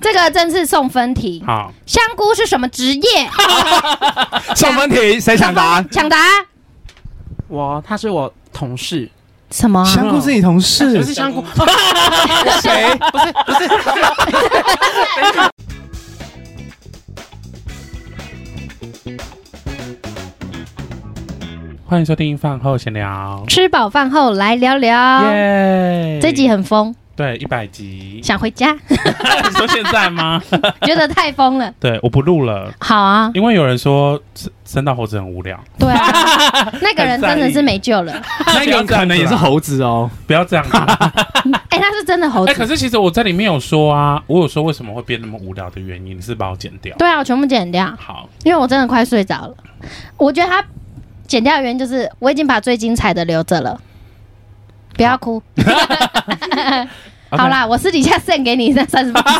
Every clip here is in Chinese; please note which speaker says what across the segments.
Speaker 1: 这个真是送分题。
Speaker 2: 好，
Speaker 1: 香菇是什么职业？
Speaker 2: 送分题谁想哎答？
Speaker 1: 抢答
Speaker 3: 我他是我同事，
Speaker 1: 什么？
Speaker 4: 香菇是你同事
Speaker 3: 不，是香菇，
Speaker 4: 谁？
Speaker 2: 欢迎收听饭后闲聊，
Speaker 1: 吃饱饭后来聊聊，
Speaker 2: 耶！
Speaker 1: 这集很疯，
Speaker 2: 对一百集，
Speaker 1: 想回家，
Speaker 2: 你说现在吗？
Speaker 1: 觉得太疯了。
Speaker 2: 对，我不录了，
Speaker 1: 好啊，
Speaker 2: 因为有人说生生到猴子很无聊，
Speaker 1: 对 啊，那个人真的是没救了。
Speaker 4: 那个人可能也是猴子哦。
Speaker 2: 啊不要这样子。啊
Speaker 1: 哎，他是真的猴
Speaker 2: 哎、
Speaker 1: 子。
Speaker 2: 可是其实我这里面有说啊，我有说为什么会变那么无聊的原因，你是把我剪掉。
Speaker 1: 对啊，我全部剪掉，
Speaker 2: 好，
Speaker 1: 因为我真的快睡着了。我觉得他剪掉的原因就是我已经把最精彩的留着了。不要哭，好，啦，我私底下 send 给你那三十分 钟。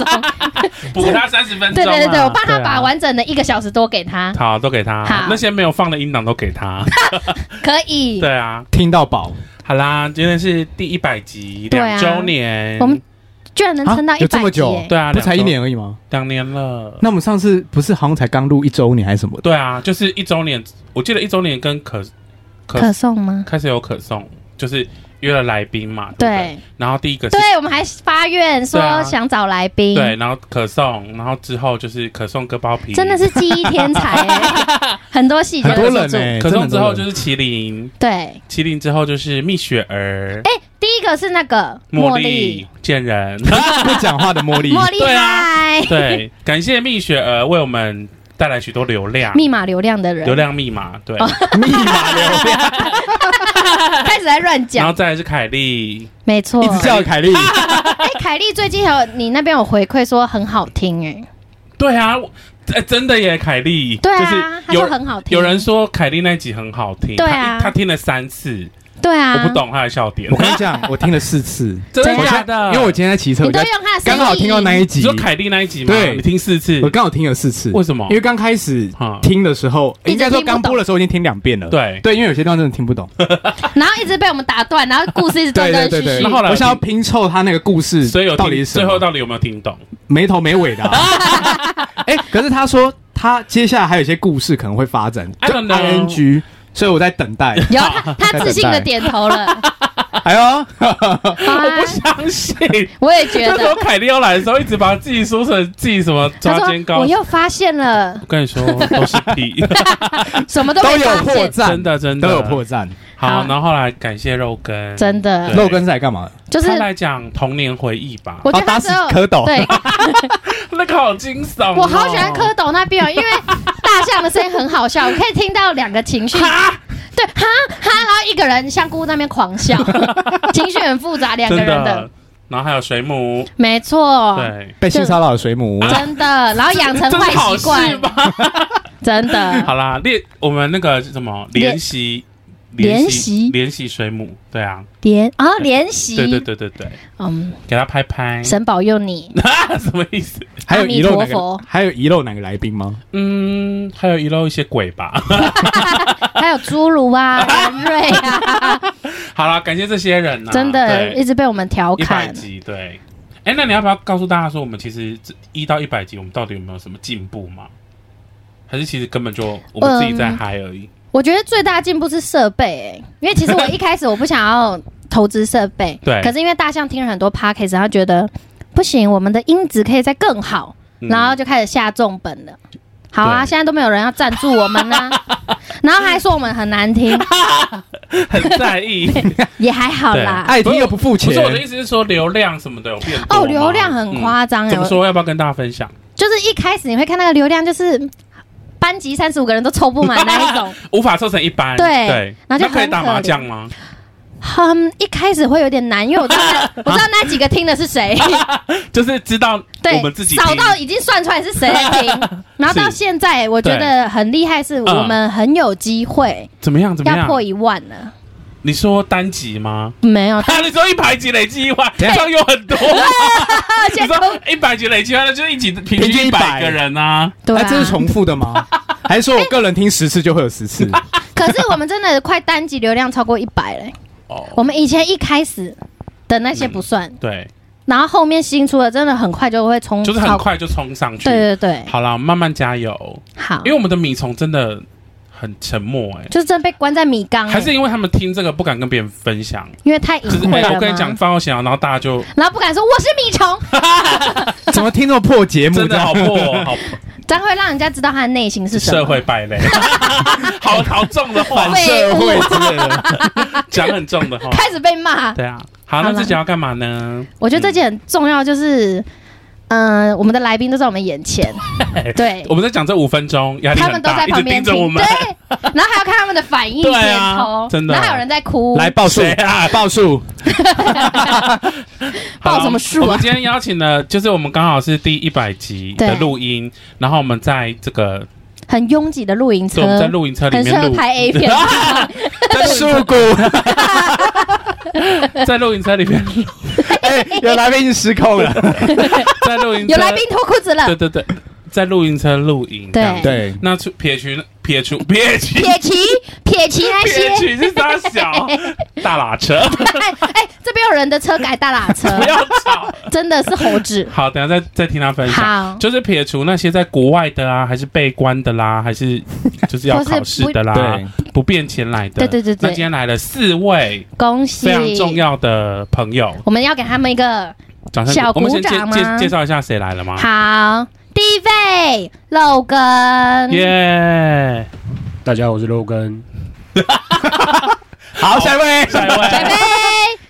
Speaker 2: 补他三十分钟、
Speaker 1: 对
Speaker 2: 啊。
Speaker 1: 对对对，我帮他
Speaker 2: 对啊
Speaker 1: 把完整的一个小时多给他，
Speaker 2: 好，都给他
Speaker 1: 好。
Speaker 2: 那些没有放的音档都 给他。
Speaker 1: 可以。
Speaker 2: 对啊，
Speaker 4: 听到饱，
Speaker 2: 好啦，今天是第一百集，
Speaker 1: 对啊
Speaker 2: 两周年。
Speaker 1: 我们居然能撑到
Speaker 4: 啊
Speaker 1: 一
Speaker 4: 有这
Speaker 1: 百
Speaker 4: 么
Speaker 1: 集
Speaker 4: 久
Speaker 1: 耶，
Speaker 2: 对啊，
Speaker 4: 不才
Speaker 2: 两
Speaker 4: 一
Speaker 2: 周，
Speaker 4: 年而已吗？
Speaker 2: 两年了。
Speaker 4: 那我们上次不是好像才刚录一周年还是什么的？
Speaker 2: 对啊，就是一周年，我记得一周年跟可
Speaker 1: 可颂吗？
Speaker 2: 开始有可颂，就是约了来宾嘛。对不对。
Speaker 1: 对
Speaker 2: 然后第一个是
Speaker 1: 对，我们还发愿
Speaker 2: 对
Speaker 1: 说
Speaker 2: 啊
Speaker 1: 想找来宾，
Speaker 2: 对，然后可颂，然后之后就是可颂割包皮，
Speaker 1: 真的是记忆天才耶，很多细节
Speaker 4: 很
Speaker 1: 都
Speaker 4: 多
Speaker 1: 记
Speaker 4: 人
Speaker 1: 住。
Speaker 4: 呢，
Speaker 2: 可
Speaker 4: 哎真的
Speaker 2: 颂
Speaker 4: 很
Speaker 2: 之
Speaker 4: 多
Speaker 2: 后
Speaker 4: 人
Speaker 2: 就是麒麟，
Speaker 1: 对，
Speaker 2: 麒麟之后就是蜜雪儿，
Speaker 1: 第一个是那个
Speaker 2: 茉
Speaker 1: 莉
Speaker 2: 莉，贱人。
Speaker 4: 不讲话 的茉莉，
Speaker 1: 茉莉
Speaker 2: 对啊
Speaker 1: 嗨，
Speaker 2: 对，感谢蜜雪儿为我们带来许多流量，
Speaker 1: 密码流量的
Speaker 2: 流
Speaker 1: 人
Speaker 2: 量密码。对，
Speaker 1: 哦
Speaker 4: 密码流量，
Speaker 1: 开始在乱
Speaker 2: 然后
Speaker 1: 讲，
Speaker 2: 再来是凯莉，
Speaker 1: 没错
Speaker 4: 一。直叫凯莉，
Speaker 1: 哎，凯莉最近还有你那边有回馈说很好听，哎，
Speaker 2: 对啊，我哎、真的耶，凯莉，
Speaker 1: 对啊，
Speaker 2: 就是
Speaker 1: 他说
Speaker 2: 有
Speaker 1: 很好听，
Speaker 2: 有人说凯莉那集很好听，
Speaker 1: 对啊
Speaker 2: 她她听了三次，
Speaker 1: 对啊，
Speaker 2: 我不，懂她的笑点
Speaker 4: 我，跟你讲，我听了 四次，
Speaker 2: 真
Speaker 1: 真
Speaker 2: 的
Speaker 1: 的
Speaker 2: 假的？
Speaker 3: 呃
Speaker 4: 因为我今天在骑车，
Speaker 1: 你
Speaker 4: 我
Speaker 1: 都
Speaker 4: 在
Speaker 1: 用他的声
Speaker 4: 刚好听到那
Speaker 1: 音
Speaker 4: 一
Speaker 2: 你
Speaker 4: 集
Speaker 2: 说，凯莉那一集吗？
Speaker 4: 对
Speaker 2: 你听四次
Speaker 4: 我，刚好听了四次，
Speaker 2: 为什么
Speaker 4: 因？为刚开始
Speaker 2: 哈
Speaker 4: 听的时候，
Speaker 1: 一直
Speaker 4: 应该说
Speaker 1: 听不懂
Speaker 4: 刚播的时候已经听两遍了，
Speaker 2: 对，
Speaker 4: 对，因为有些地方真的听不懂，
Speaker 1: 然后一直被我们打断，然后故事一直断
Speaker 4: 对
Speaker 1: 断
Speaker 4: 对
Speaker 1: 续
Speaker 4: 对对，
Speaker 1: 续
Speaker 2: 那。后来
Speaker 4: 我想要拼凑他那个故事，
Speaker 2: 所以有
Speaker 4: 到底
Speaker 2: 听
Speaker 4: 是什
Speaker 2: 最
Speaker 4: 么
Speaker 2: 后到底有没有听懂？
Speaker 4: 没头没尾的啊。 哎，可是他说他接下来还有一些故事可能会发展
Speaker 2: I
Speaker 4: 就
Speaker 2: don't know
Speaker 4: ，ing，所以我在等 待。
Speaker 1: 有他，他自信的点头了。
Speaker 4: 哎呦，
Speaker 1: 好啊
Speaker 2: 我不相信。
Speaker 1: 我也觉
Speaker 2: 那时候
Speaker 1: 得。
Speaker 2: 凯莉要来的时候，一直把自己说成自己什么 抓
Speaker 1: 他
Speaker 2: 奸
Speaker 1: 说：“
Speaker 2: 高
Speaker 1: 我又发现了
Speaker 2: 我，跟你 说，都是屁，
Speaker 1: 什么都
Speaker 4: 都
Speaker 1: 没
Speaker 4: 有
Speaker 1: 发
Speaker 4: 破
Speaker 1: 现，
Speaker 2: 真
Speaker 4: 绽，
Speaker 2: 的真的
Speaker 4: 啊都有破绽。
Speaker 2: 好
Speaker 1: 好，
Speaker 2: 然后后来感谢肉根，
Speaker 1: 真的
Speaker 2: 对
Speaker 4: 肉根是来干嘛的？
Speaker 1: 就是
Speaker 2: 他来讲童年回忆吧，
Speaker 1: 我觉
Speaker 4: 哦
Speaker 1: 得
Speaker 4: 打
Speaker 1: 他
Speaker 4: 死
Speaker 1: 只有
Speaker 4: 蝌 蚪。
Speaker 1: 对
Speaker 2: 那个好惊悚哦，
Speaker 1: 我好喜欢蝌蚪那边哦，因为大象的声音很好笑，我可以听到两个情绪，
Speaker 2: 哈
Speaker 1: 对哈哈，然后一个人香菇那边狂 笑，情绪很复杂，两个
Speaker 2: 真
Speaker 1: 人
Speaker 2: 的，然后还有水母，
Speaker 1: 没错，
Speaker 2: 对，
Speaker 4: 被性骚扰的水母，
Speaker 1: 真的，然后养成
Speaker 2: 这
Speaker 1: 坏
Speaker 2: 是好
Speaker 1: 习
Speaker 2: 事
Speaker 1: 惯，
Speaker 2: 吧？
Speaker 1: 真的，
Speaker 2: 好啦，练我们那个什么
Speaker 1: 练
Speaker 2: 练习。
Speaker 1: 练习
Speaker 2: 习练习水母，对啊，
Speaker 1: 连啊练习，
Speaker 2: 对对对对对，
Speaker 1: 嗯，
Speaker 2: 给他拍拍，
Speaker 1: 神保佑你，
Speaker 2: 什么意思？
Speaker 4: 还有遗漏哪
Speaker 1: 阿弥陀
Speaker 4: 个
Speaker 1: 佛？
Speaker 4: 还有遗漏哪个来宾吗？
Speaker 2: 嗯，还有遗漏一些鬼吧。
Speaker 1: 还有侏儒啊，人瑞 啊，
Speaker 2: 好啦，感谢这些人啊，
Speaker 1: 真的
Speaker 2: 对
Speaker 1: 一直被我们调
Speaker 2: 一百
Speaker 1: 侃。
Speaker 2: 集，对。哎，那你要不要告诉大家说，我们其实这一到一百集，我们到底有没有什么进步吗？还是其实根本就我们自己在
Speaker 1: 嗯
Speaker 2: 嗨而已？
Speaker 1: 我觉得最大进步是设备、欸，因为其实我一开始我不想要投资设备，
Speaker 2: 对
Speaker 1: 可是因为大象听了很多 podcast，然后觉得不行，我们的音质可以再更好，
Speaker 2: 嗯
Speaker 1: 然后就开始下重本了。好啊，
Speaker 2: 对
Speaker 1: 现在都没有人要赞助我们 啦、然后还说我们很难听，
Speaker 2: 很在意。
Speaker 1: 也还好啦。
Speaker 4: 爱听又不付
Speaker 2: 不
Speaker 4: 钱
Speaker 2: 是，我的意思是说流量什么的有变多吗
Speaker 1: 哦，流量很夸张、
Speaker 2: 嗯
Speaker 1: 欸，
Speaker 2: 怎么说？要不要跟大家分享？
Speaker 1: 就是一开始你会看那个流量，就是班级三十五个人都凑不满那一 种，
Speaker 2: 无法凑成一班，
Speaker 1: 对
Speaker 2: 对，
Speaker 1: 然后就
Speaker 2: 那可以
Speaker 1: 很
Speaker 2: 打
Speaker 1: 可
Speaker 2: 麻
Speaker 1: 怜
Speaker 2: 将吗？
Speaker 1: 嗯，一开始会有点难，因为我知道 那我知道那几个听的是谁。
Speaker 2: 就是知道
Speaker 1: 对，
Speaker 2: 我们自己
Speaker 1: 扫
Speaker 2: 听
Speaker 1: 到已经算出来 是谁在听，然后到现在我觉得很厉害，是我们很有机会
Speaker 2: 怎么样怎么
Speaker 1: 要
Speaker 2: 样
Speaker 1: 破？一万了。
Speaker 2: 你说单 集吗？
Speaker 1: 没有，
Speaker 2: 啊，你说一百集累积一万，这样 有很多。
Speaker 1: 而且
Speaker 2: 你说一百集累积一万，那就一集平
Speaker 4: 平均
Speaker 2: 均一
Speaker 4: 100
Speaker 2: 百个人啊。
Speaker 1: 对
Speaker 4: 哎
Speaker 1: 啊，
Speaker 4: 这是重复的吗？还是说我个人听十次就会有十次？
Speaker 1: 可是我们真的快单集流量超过一百嘞。
Speaker 2: 哦，
Speaker 1: 我们以前一开始的那些不算，
Speaker 2: 对，
Speaker 1: 然后后面新出的真的很快就会冲，
Speaker 2: 就是很
Speaker 1: 嗯超。
Speaker 2: 快就冲上去。
Speaker 1: 对对对，
Speaker 2: 好啦，慢慢加油，
Speaker 1: 好
Speaker 2: 因，为我们的米虫真的很沉默哎、
Speaker 1: 就是真的被关在米缸、欸，
Speaker 2: 还是因为他们听这个不敢跟别人分享，
Speaker 1: 因为太隐
Speaker 2: 就是
Speaker 1: 晦
Speaker 2: 哎、
Speaker 1: 了
Speaker 2: 我跟你
Speaker 1: 吗
Speaker 2: 讲张浩翔，然后大家就
Speaker 1: 然后不敢说我是米虫，
Speaker 4: 怎么听那么破节目？
Speaker 2: 真的好破、 哦，好
Speaker 1: 这样会让人家知道他的内心是什么。
Speaker 2: 社会 败类，好好重的话
Speaker 4: 反，社会之类的。
Speaker 2: 讲很重的话，
Speaker 1: 开始被骂。
Speaker 2: 哦 对啊。好，那
Speaker 1: 好啦
Speaker 2: 自己要干嘛呢？
Speaker 1: 我觉得这件很重要，就是，嗯、我们的来宾都在我们眼 前，对，
Speaker 2: 我们在讲这五分钟，压力
Speaker 1: 他
Speaker 2: 很
Speaker 1: 们都
Speaker 2: 大，
Speaker 1: 在
Speaker 2: 一直
Speaker 1: 旁
Speaker 2: 盯
Speaker 1: 边
Speaker 2: 着
Speaker 1: 听，
Speaker 2: 我们
Speaker 1: 对。，然后还要看他们的反应、
Speaker 2: 对
Speaker 1: 点
Speaker 2: 啊
Speaker 1: 头，
Speaker 2: 真的
Speaker 1: 然后还有人在哭，
Speaker 4: 来报数
Speaker 2: 谁啊
Speaker 4: 报数，
Speaker 1: 报什么
Speaker 2: 我
Speaker 1: 数
Speaker 2: 们
Speaker 1: 啊？
Speaker 2: 今天邀请的，就是我们刚好是第一百集的
Speaker 1: 对
Speaker 2: 录音，然后我们在这个，
Speaker 1: 很拥挤的露营
Speaker 2: 就我们
Speaker 1: 车
Speaker 2: 在，露营车里
Speaker 1: 很适
Speaker 2: 面
Speaker 1: 合
Speaker 2: 录，
Speaker 1: 拍 A 片，啊
Speaker 4: 树骨。
Speaker 2: 在露营车里 面，
Speaker 4: 哎，有来宾已经失控了。
Speaker 2: 在露营车
Speaker 1: 有来宾脱裤子了
Speaker 2: 对，对对，在露营车露营，
Speaker 1: 对
Speaker 2: 这样
Speaker 4: 对，
Speaker 2: 那除撇除撇除撇除
Speaker 1: 撇旗撇 旗那
Speaker 2: 撇
Speaker 1: 些，
Speaker 2: 除是啥小大喇车，
Speaker 1: 哎哎，这边有人的车改大喇车，
Speaker 2: 不要吵。
Speaker 1: 真的是猴子。
Speaker 2: 好，等一下再再听他分享。
Speaker 1: 好，
Speaker 2: 就是撇除那些在国外的啊，还是被关的啦，还是就是 要
Speaker 1: 或是
Speaker 2: 考试的啦，
Speaker 4: 对，
Speaker 2: 不便前来的。
Speaker 1: 对对对对
Speaker 2: 那今天来了四位
Speaker 1: 恭喜，
Speaker 2: 非常重要的朋友，
Speaker 1: 我们要给他们一个
Speaker 2: 掌声鼓。
Speaker 1: 小
Speaker 2: 我
Speaker 1: 鼓
Speaker 2: 们先介
Speaker 1: 掌吗
Speaker 2: 介介绍一下谁来了吗？
Speaker 1: 好，第一位肉根，
Speaker 2: 耶！
Speaker 5: 大家好，我是肉根。
Speaker 4: 好，下一位，
Speaker 2: 下一
Speaker 1: 准备
Speaker 2: 位，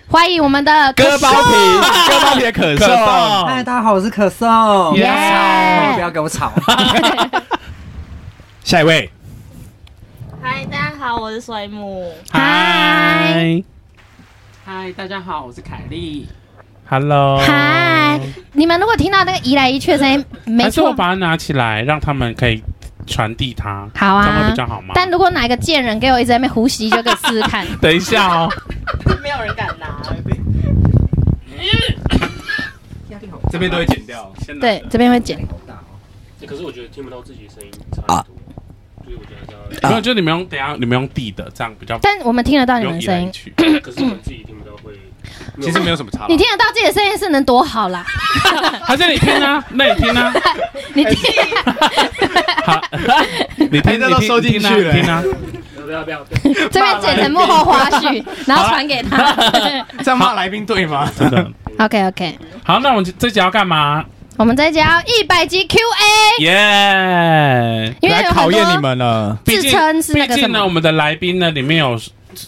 Speaker 1: 欢迎我们的
Speaker 4: 割包皮，割包皮的可
Speaker 2: 可
Speaker 4: 颂。
Speaker 5: 嗨，
Speaker 2: 颂，
Speaker 5: 大家好，我是可颂。
Speaker 2: 耶
Speaker 5: 不要给我吵！
Speaker 4: 下一位，
Speaker 6: 嗨，大家好，我是水母。
Speaker 2: 嗨
Speaker 3: 嗨，大家好，我是凯莉。
Speaker 2: ，Hello，
Speaker 1: 嗨，你们如果听到那个移来移去的声音，没
Speaker 2: 还是我
Speaker 1: 错，
Speaker 2: 把它拿起来，让他们可以传递它，
Speaker 1: 好
Speaker 2: 这样会
Speaker 1: 啊
Speaker 2: 比。较好吗？
Speaker 1: 但如果哪一个贱人给我一直在那边胡吸，就给我试试 看。
Speaker 2: 等一下哦，
Speaker 6: 没有人敢拿。
Speaker 4: 这边都会剪掉。
Speaker 2: 先拿着
Speaker 1: 对，这边会剪。
Speaker 5: 可是我觉得听不到自己的声音差很多，所以我觉得这
Speaker 2: 没有，就你们用等一下你们用递的，这样比较
Speaker 1: 但我们听得到
Speaker 2: 不
Speaker 1: 你
Speaker 2: 用
Speaker 1: 们的
Speaker 2: 移来
Speaker 1: 声
Speaker 2: 移
Speaker 1: 音，
Speaker 2: 去。
Speaker 5: 样，可是我们自己听不到会。
Speaker 4: 其实没有什么差
Speaker 1: 你听得到自己的声音是能多好啦。
Speaker 2: 还是你听啊，那你听啊，
Speaker 1: 你 听，
Speaker 2: 好，你听，
Speaker 4: 哎这都
Speaker 2: 你听
Speaker 4: 收进去了
Speaker 2: 你听啊，
Speaker 5: 不要不要，
Speaker 1: 这边剪成幕后花絮，然后传给 他。
Speaker 4: 这样骂来宾对吗？
Speaker 2: 真的。
Speaker 1: OK OK，
Speaker 2: 好，那我们这集要 干嘛？
Speaker 1: 我们这一集要一百集 Q&A，
Speaker 2: 耶！
Speaker 1: 因为
Speaker 4: 来
Speaker 1: 有
Speaker 4: 考
Speaker 1: 很
Speaker 4: 验你
Speaker 1: 多
Speaker 4: 们了。
Speaker 2: 毕
Speaker 1: 自
Speaker 2: 竟
Speaker 1: 称是那
Speaker 2: 毕
Speaker 1: 个什
Speaker 2: 竟呢，我
Speaker 1: 么，
Speaker 2: 们的来宾呢，里面有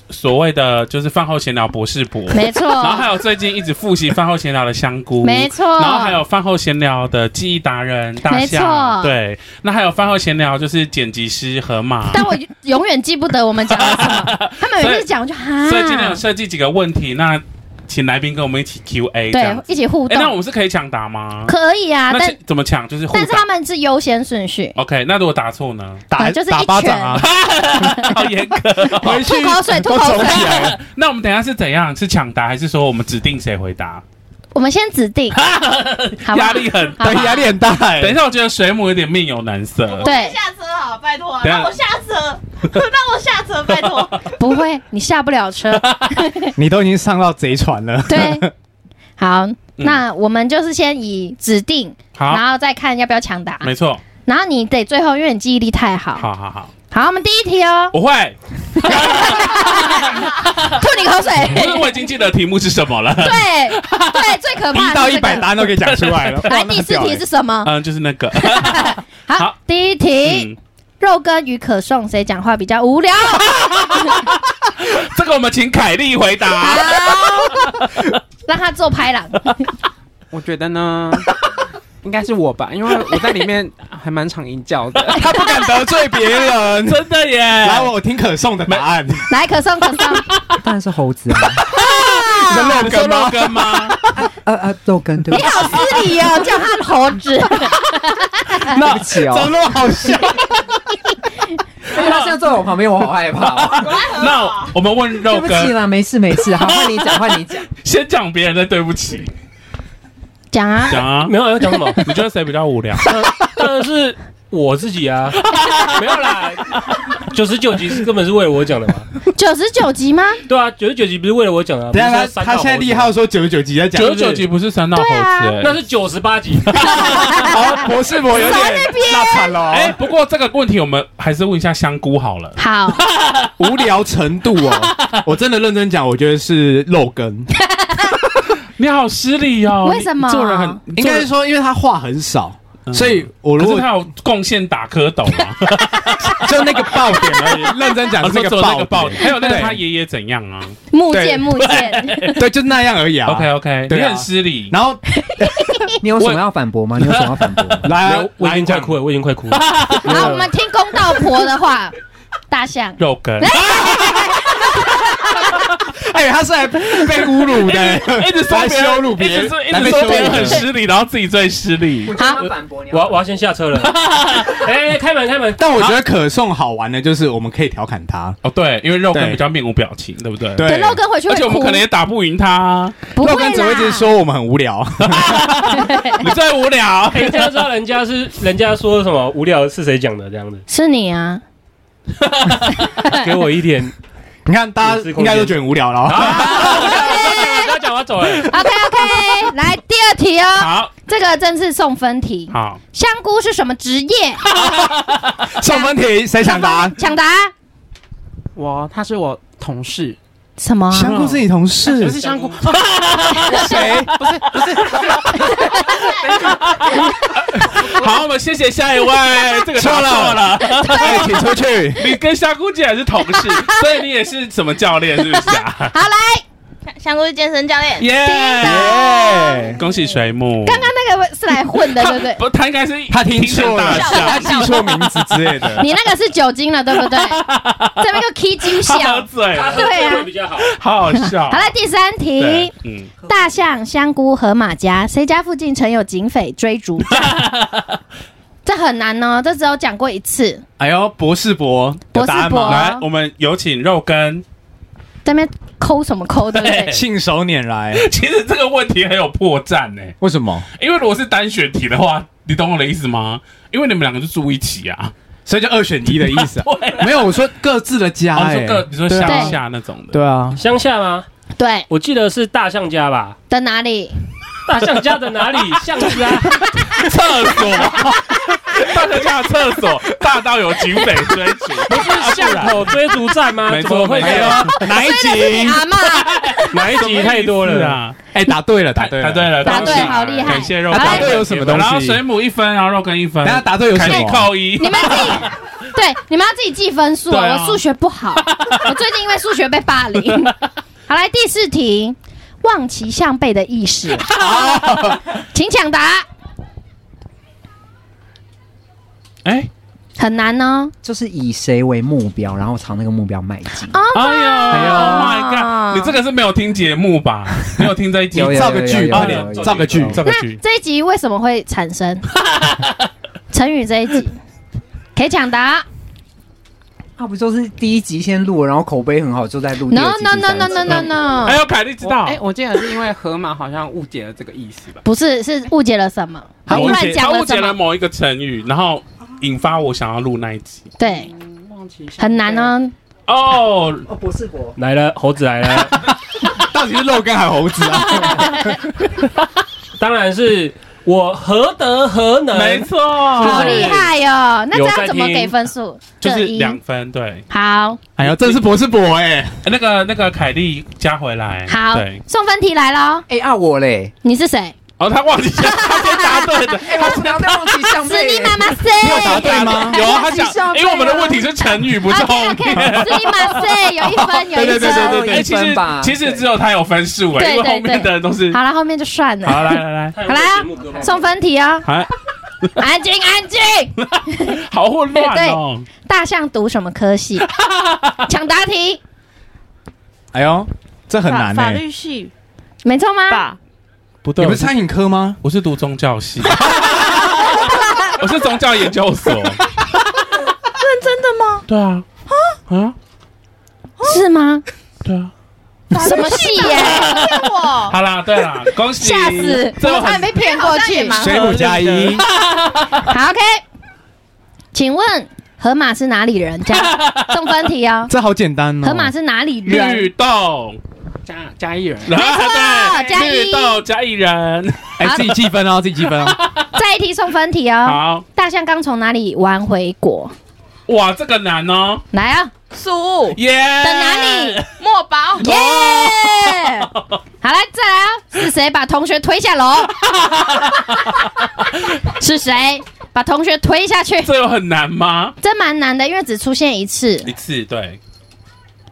Speaker 2: 所谓的就是饭后闲聊博士博，
Speaker 1: 没错，
Speaker 2: 然后还有最近一直复习饭后闲聊的香菇，
Speaker 1: 哦没错，
Speaker 2: 然后还有饭后闲聊的记忆达人大
Speaker 1: 没
Speaker 2: 象，
Speaker 1: 错
Speaker 2: 对，那还有饭后闲聊就是剪辑师河马。
Speaker 1: 但我永远记不得我们讲了什么，他们每次讲我就哈，
Speaker 2: 所以今天有设计几个问题，那请来宾跟我们一起 Q A 这样
Speaker 1: 对
Speaker 2: 子。
Speaker 1: 一起互
Speaker 2: 哎，那我
Speaker 1: 动，
Speaker 2: 们是可以抢答吗？
Speaker 1: 可以啊，
Speaker 2: 那是
Speaker 1: 但
Speaker 2: 怎么抢？就是互
Speaker 1: 但是他
Speaker 2: 打。
Speaker 1: 们是优先顺序，
Speaker 2: OK，那如果答错 呢？
Speaker 4: 打
Speaker 1: 啊就是一
Speaker 4: 打巴掌啊！
Speaker 2: 好严格哦。
Speaker 4: 回去
Speaker 1: 吐口水
Speaker 4: 都
Speaker 1: 吐口水
Speaker 4: 肿起来了。
Speaker 2: 那我们等一下是怎样？是抢答还是说我们指定谁回答？
Speaker 1: 我们先指定，好吧
Speaker 2: 压力很。
Speaker 1: 好吧
Speaker 4: 对，压力很大哎。
Speaker 2: 等一下，我觉得水母有点面有难色。
Speaker 1: 对，
Speaker 6: 下车好，拜托，
Speaker 2: 呃
Speaker 6: 啊
Speaker 2: 等一下
Speaker 6: 让我下车， 让我下车，拜 托。
Speaker 1: 不会，你下不了车，
Speaker 4: 你都已经上到贼船了。
Speaker 1: 对，好，那我们就是先以指定，
Speaker 2: 嗯好，
Speaker 1: 然后再看要不要抢答，
Speaker 2: 没错，
Speaker 1: 然后你得最后，因为你记忆力太好，
Speaker 2: 好好好，
Speaker 1: 好，我们第一题哦，
Speaker 2: 我会。
Speaker 1: 吐你口水，
Speaker 2: 不是，我已经记得题目是什么了。
Speaker 1: 对啊对，最可怕
Speaker 4: 一
Speaker 1: 的
Speaker 4: 到
Speaker 1: 是
Speaker 4: 一
Speaker 1: 这个
Speaker 4: 百答案都可以讲出来了。哇
Speaker 1: 来，第四题是。什么？
Speaker 2: 嗯，就是那个。好
Speaker 1: 好，第一题，
Speaker 2: 嗯，
Speaker 1: 肉跟与可颂谁讲话比较无聊？
Speaker 2: 这个我们请凯莉回 答。
Speaker 1: 让他做拍狼。
Speaker 3: 我觉得呢， 应该是我吧，因为我在里面还蛮常赢教的。
Speaker 4: 他不敢得罪别人。
Speaker 2: 真的耶！
Speaker 4: 来，我听可颂的答案。
Speaker 1: 来，可颂可颂，
Speaker 5: 当然是猴子 啊！
Speaker 4: 你是肉
Speaker 2: 你说
Speaker 4: 根
Speaker 2: 肉
Speaker 4: 吗？
Speaker 2: 根吗？
Speaker 5: 呃呃，肉根对
Speaker 1: 你好失礼哦，叫他猴子。
Speaker 5: 对不起
Speaker 4: 怎么
Speaker 5: 哦，
Speaker 4: 那么好笑？
Speaker 5: 因为他现在坐在我旁边，我好害怕哦。
Speaker 2: 那我们问
Speaker 5: 对
Speaker 2: 肉
Speaker 5: 不起
Speaker 2: 根，
Speaker 5: 啦，没事没事，好，换你讲，换你 讲。
Speaker 2: 先讲别人的对不起，
Speaker 1: 讲啊，
Speaker 2: 讲啊。
Speaker 7: 没有要讲什么
Speaker 2: ，你觉得谁比较无 聊？
Speaker 7: 当然是 我自己啊，没有啦，九十九集是根本是为了我讲的嘛。
Speaker 1: 九十九集吗？
Speaker 7: 对啊，九十九集不是为了我讲的 啊，
Speaker 4: 等一下
Speaker 7: 不是
Speaker 4: 他
Speaker 7: 要删到
Speaker 4: 他现在厉害
Speaker 7: 猴
Speaker 4: 到说九十九集在讲，
Speaker 2: 九九集不是三道猴子、
Speaker 1: 对啊
Speaker 2: 欸
Speaker 7: 子，那是九十八集，
Speaker 4: 好，博士博有点那惨了
Speaker 2: 哎、
Speaker 4: 哦，
Speaker 2: 不过这个问题我们还是问一下香菇好了。
Speaker 1: 好，
Speaker 4: 无聊程度哦， 我真的认真讲，我觉得是漏 更，
Speaker 2: 你好失礼哦，
Speaker 1: 为什么
Speaker 2: 你做人很
Speaker 4: 应该是说因为他话很少，
Speaker 2: 嗯
Speaker 4: 所以我
Speaker 2: 可
Speaker 4: 如
Speaker 2: 是
Speaker 4: 果
Speaker 2: 他有贡献打蝌蚪嘛？
Speaker 4: 就那个爆点 而已，认真 讲
Speaker 2: 哦
Speaker 4: 是那
Speaker 2: 做
Speaker 4: 个
Speaker 2: 那个
Speaker 4: 爆
Speaker 2: 爆
Speaker 4: 点，
Speaker 2: 点，还有那个
Speaker 4: 对
Speaker 2: 他爷爷怎样啊
Speaker 1: 木
Speaker 4: 对
Speaker 1: 剑木剑，
Speaker 4: 对，就那样而已啊。
Speaker 2: ？OK OK，你
Speaker 4: 对啊
Speaker 2: 很失礼。
Speaker 4: 然后？
Speaker 8: 你有什么要反驳吗？你有什么要反驳吗
Speaker 4: 来啊
Speaker 7: 我我已
Speaker 4: 来
Speaker 7: 经
Speaker 4: 你
Speaker 7: 快
Speaker 4: 讲，
Speaker 7: 哭了，我已经快哭了。
Speaker 1: 好，我们听公道婆的话，大象。
Speaker 2: 肉 羹，
Speaker 4: 哎，他是来被侮辱的，
Speaker 2: 一直说
Speaker 4: 来
Speaker 2: 别人
Speaker 4: 羞辱别人
Speaker 2: 一直说一
Speaker 4: 来
Speaker 2: 直
Speaker 4: 被
Speaker 2: 说
Speaker 4: 羞辱
Speaker 2: 别人很
Speaker 4: 的
Speaker 2: 失礼，然后自己最失礼。
Speaker 1: 好，
Speaker 8: 反驳你啊
Speaker 7: 我要我要先下 车了。哎、开门开门！
Speaker 4: 但我觉得可颂好玩的就是我们可以调侃他，
Speaker 2: 哦，对，因为肉羹
Speaker 4: 对
Speaker 2: 比较面无表情，对不对？，
Speaker 1: 等
Speaker 4: 对，
Speaker 1: 肉根回去
Speaker 2: 而
Speaker 1: 会
Speaker 2: 且我们
Speaker 1: 哭
Speaker 2: 可能也打不赢他啊，
Speaker 1: 不
Speaker 4: 肉
Speaker 1: 会
Speaker 4: 根只
Speaker 1: 啦
Speaker 4: 会一直说我们很 无聊，
Speaker 2: 你最无 聊。
Speaker 7: 哎、这要知道人家是人家说什么无聊是谁讲的这样子，
Speaker 1: 是你啊，
Speaker 7: 给我一点。
Speaker 4: 你看大家应该都觉得很无聊了。哦
Speaker 2: 啊
Speaker 7: 不要讲，我要走了。
Speaker 1: OK OK，来第二题哦，
Speaker 2: 好
Speaker 1: 这个真是送分题。
Speaker 2: 好，
Speaker 1: 香菇是什么职业？
Speaker 4: 上分题谁想答？
Speaker 1: 抢答啊
Speaker 3: 我他是我同事，
Speaker 1: 什么啊？
Speaker 4: 香菇是你同事
Speaker 2: 啊
Speaker 3: 不，是香菇，
Speaker 4: 谁？
Speaker 2: 好，我们谢谢下一 位，这个
Speaker 4: 错
Speaker 2: 答
Speaker 4: 了
Speaker 2: 错了。
Speaker 4: 哎，请出去。
Speaker 2: 你跟香菇竟然是同事，所以你也是什么教练是不是 啊？
Speaker 1: 好来，
Speaker 6: 香菇是健身教练，
Speaker 2: 耶、
Speaker 4: 耶！
Speaker 2: 恭喜水母。
Speaker 1: 刚刚那个是来混的，对不对？
Speaker 2: 不，他应该是
Speaker 4: 他听
Speaker 2: 成
Speaker 4: 错
Speaker 2: 大
Speaker 4: 了，他
Speaker 2: 笑，
Speaker 4: 记错名字之类 的。
Speaker 1: 你那个是酒精了，对 不对？这边个 K 金
Speaker 2: 他喝
Speaker 1: 笑。
Speaker 2: 醉了，
Speaker 1: 对啊
Speaker 5: 比较好。
Speaker 2: 好好笑。
Speaker 1: 好了，第三题
Speaker 2: 对，，嗯，
Speaker 1: 大象、香菇、河马家，谁家附近曾有警匪追逐 战？这很难哦，这只有讲过一次。
Speaker 4: 哎呦，博士博有答案
Speaker 1: 博士博
Speaker 4: 吗？
Speaker 2: 来，我们有请肉根。
Speaker 1: 在那边抠什么抠，对不对？
Speaker 4: 信手拈来，
Speaker 2: 其实这个问题很有破绽呢、
Speaker 4: 为什么？
Speaker 2: 因为如果是单选题的话，你懂我的意思吗？因为你们两个就住一起啊，
Speaker 4: 所以就二选一的意思啊。
Speaker 2: 对，
Speaker 4: 没有，我说各自的家，
Speaker 2: 哦，
Speaker 4: 哎
Speaker 2: 你说个，你说
Speaker 4: 对啊
Speaker 2: 乡下那种的，
Speaker 4: 对啊，
Speaker 7: 乡下吗？
Speaker 1: 对，
Speaker 7: 我记得是大象家吧？
Speaker 1: 在哪里？
Speaker 7: 大象家 的哪里？巷子啊？
Speaker 2: 厕所， 大家家的厕所大到有警匪追 逐，
Speaker 7: 不是巷口追逐战吗？
Speaker 2: 没
Speaker 7: 怎么
Speaker 2: 错，
Speaker 7: 会
Speaker 2: 没
Speaker 7: 这
Speaker 2: 有
Speaker 7: 样？
Speaker 4: 哪一
Speaker 1: 你啊
Speaker 4: 集？
Speaker 1: 阿妈
Speaker 7: 哪一集太多了？
Speaker 2: 啊！
Speaker 4: 哎，答对了，答
Speaker 2: 答
Speaker 4: 对
Speaker 2: 对
Speaker 4: 了，
Speaker 2: 答
Speaker 1: 答
Speaker 2: 对。了，
Speaker 1: 对
Speaker 2: 恭喜
Speaker 1: 好厉害
Speaker 2: 感谢肉
Speaker 1: 好
Speaker 2: 羹，
Speaker 1: 嘞答
Speaker 4: 对有什么东西
Speaker 2: 然后水母一分，然后肉羹一分，
Speaker 4: 等一下答对有什
Speaker 2: 凯莉
Speaker 4: 么？
Speaker 2: 扣一
Speaker 1: 你。们自己对，你们要自己记分数
Speaker 2: 对
Speaker 1: 啊！
Speaker 2: 啊
Speaker 1: 我数学不 好，我最近因为数学被霸凌。好来，第四题，望其项背的意识，请抢答，
Speaker 2: 哎，
Speaker 1: 很难哦。
Speaker 8: 就是以谁为目标，然后朝那个目标迈进。
Speaker 1: 哦，
Speaker 2: 哎呦
Speaker 1: 哎呦
Speaker 2: ，Oh my god！你这个是没有听节目吧？没有听这一集
Speaker 8: 有有
Speaker 4: 造个句
Speaker 8: 有有
Speaker 4: 吧
Speaker 8: 有有有，
Speaker 4: 造个句
Speaker 8: 有。
Speaker 2: 这个
Speaker 1: 那
Speaker 2: 剧，
Speaker 1: 这一集为什么会产 生成语这一集？可以抢答
Speaker 8: 他不就是第一集先录，然后口碑很好，就在录第
Speaker 1: ？No
Speaker 8: 二集
Speaker 1: No No
Speaker 8: 第三
Speaker 1: No
Speaker 8: 集
Speaker 1: No No No，
Speaker 2: 哎呦，凯莉知道
Speaker 3: 哎，，我记得是因为河马好像误解了这个意 思吧？
Speaker 1: 不是，是误解了什么？
Speaker 4: 他
Speaker 1: 突
Speaker 4: 误
Speaker 1: 然
Speaker 4: 解
Speaker 1: 讲
Speaker 2: 他误
Speaker 1: 了
Speaker 2: 解
Speaker 1: 什
Speaker 2: 了
Speaker 1: 么？
Speaker 2: 某一个成语，然后引发我想要录那一集。
Speaker 1: 对，
Speaker 3: 嗯忘记
Speaker 1: 很难
Speaker 3: 啊。
Speaker 1: 哦。
Speaker 2: 哦，
Speaker 8: 哦，博士博，
Speaker 7: 来了，猴子来了，
Speaker 4: 到底是肉干还是猴子啊？
Speaker 7: 当然是我何德何能？
Speaker 2: 没错，
Speaker 1: 好厉害哟、那这
Speaker 7: 有在
Speaker 1: 样怎么
Speaker 7: 听
Speaker 1: 给分数？
Speaker 2: 就是
Speaker 1: 各一
Speaker 2: 两分，对。
Speaker 1: 好
Speaker 4: 哎呦，这是博士博哎，
Speaker 2: 那个那个凯莉加回来，
Speaker 1: 好
Speaker 2: 对，
Speaker 1: 送分题来喽！
Speaker 8: 哎啊我嘞，
Speaker 1: 你是谁？
Speaker 2: 哦，他忘记了，他先答对的，
Speaker 8: 哎，我怎么忘记相
Speaker 1: 是你妈妈谁？
Speaker 4: 答对吗？
Speaker 6: 哎
Speaker 2: 有啊，他想，因为我们的问题是成语，不是
Speaker 1: OK
Speaker 2: 后
Speaker 1: OK，
Speaker 2: 面。
Speaker 1: 是你妈谁？有一分，有一
Speaker 4: 对对对
Speaker 1: 分。
Speaker 4: 对
Speaker 2: 哎，其
Speaker 8: 一分
Speaker 2: 实
Speaker 8: 吧
Speaker 2: 其实只有他有分数哎，
Speaker 1: 对
Speaker 2: 因为
Speaker 1: 对
Speaker 2: 后面的人都是。
Speaker 1: 好了，后面就算了。
Speaker 2: 好，来来来，
Speaker 5: 好
Speaker 1: 好啦送分题哦，
Speaker 4: 哎
Speaker 2: 好，
Speaker 1: 安静安静。
Speaker 2: 好混乱哦。
Speaker 1: 大象读什么科系？抢答题，
Speaker 4: 哎呦，这很难
Speaker 6: 法
Speaker 4: 哎。
Speaker 6: 律系
Speaker 1: 没错吗？
Speaker 6: 吧，
Speaker 2: 不对
Speaker 4: 你们餐饮科吗？
Speaker 2: 我是读宗教系，我是宗教研究所。
Speaker 6: 认真的吗？
Speaker 2: 对啊，啊，
Speaker 1: 是吗？
Speaker 2: 对啊。
Speaker 1: 什么系耶？
Speaker 6: 我
Speaker 2: 好啦，对啦，恭喜！
Speaker 1: 吓死！
Speaker 2: 这
Speaker 1: 我
Speaker 2: 我
Speaker 1: 差点
Speaker 2: 很
Speaker 1: 被骗过去。
Speaker 6: 啊
Speaker 4: 水母加一，
Speaker 1: 好，OK。请问河马是哪里人？这样送分题哦。
Speaker 4: 这好简单哦。
Speaker 1: 河马是哪里人？
Speaker 2: 绿豆，
Speaker 3: 加加一人，
Speaker 2: 然后
Speaker 1: 加 一
Speaker 2: 对，绿豆加一人，
Speaker 4: 哎，
Speaker 1: 啊
Speaker 4: 自己计分哦，自己计分哦。
Speaker 1: 再一题送分题哦。
Speaker 2: 好
Speaker 1: 大象刚从哪里玩回国？
Speaker 2: 哇，这个难哦，
Speaker 1: 来啊，
Speaker 6: 苏
Speaker 2: 耶，
Speaker 1: 等哪里？
Speaker 6: 墨宝，
Speaker 1: 耶！ 好来，再来啊！是谁把同学推下楼？ 是谁把同学推下去？
Speaker 2: 这有很难吗？
Speaker 1: 这蛮难的，因为只出现一次，
Speaker 2: 一次对，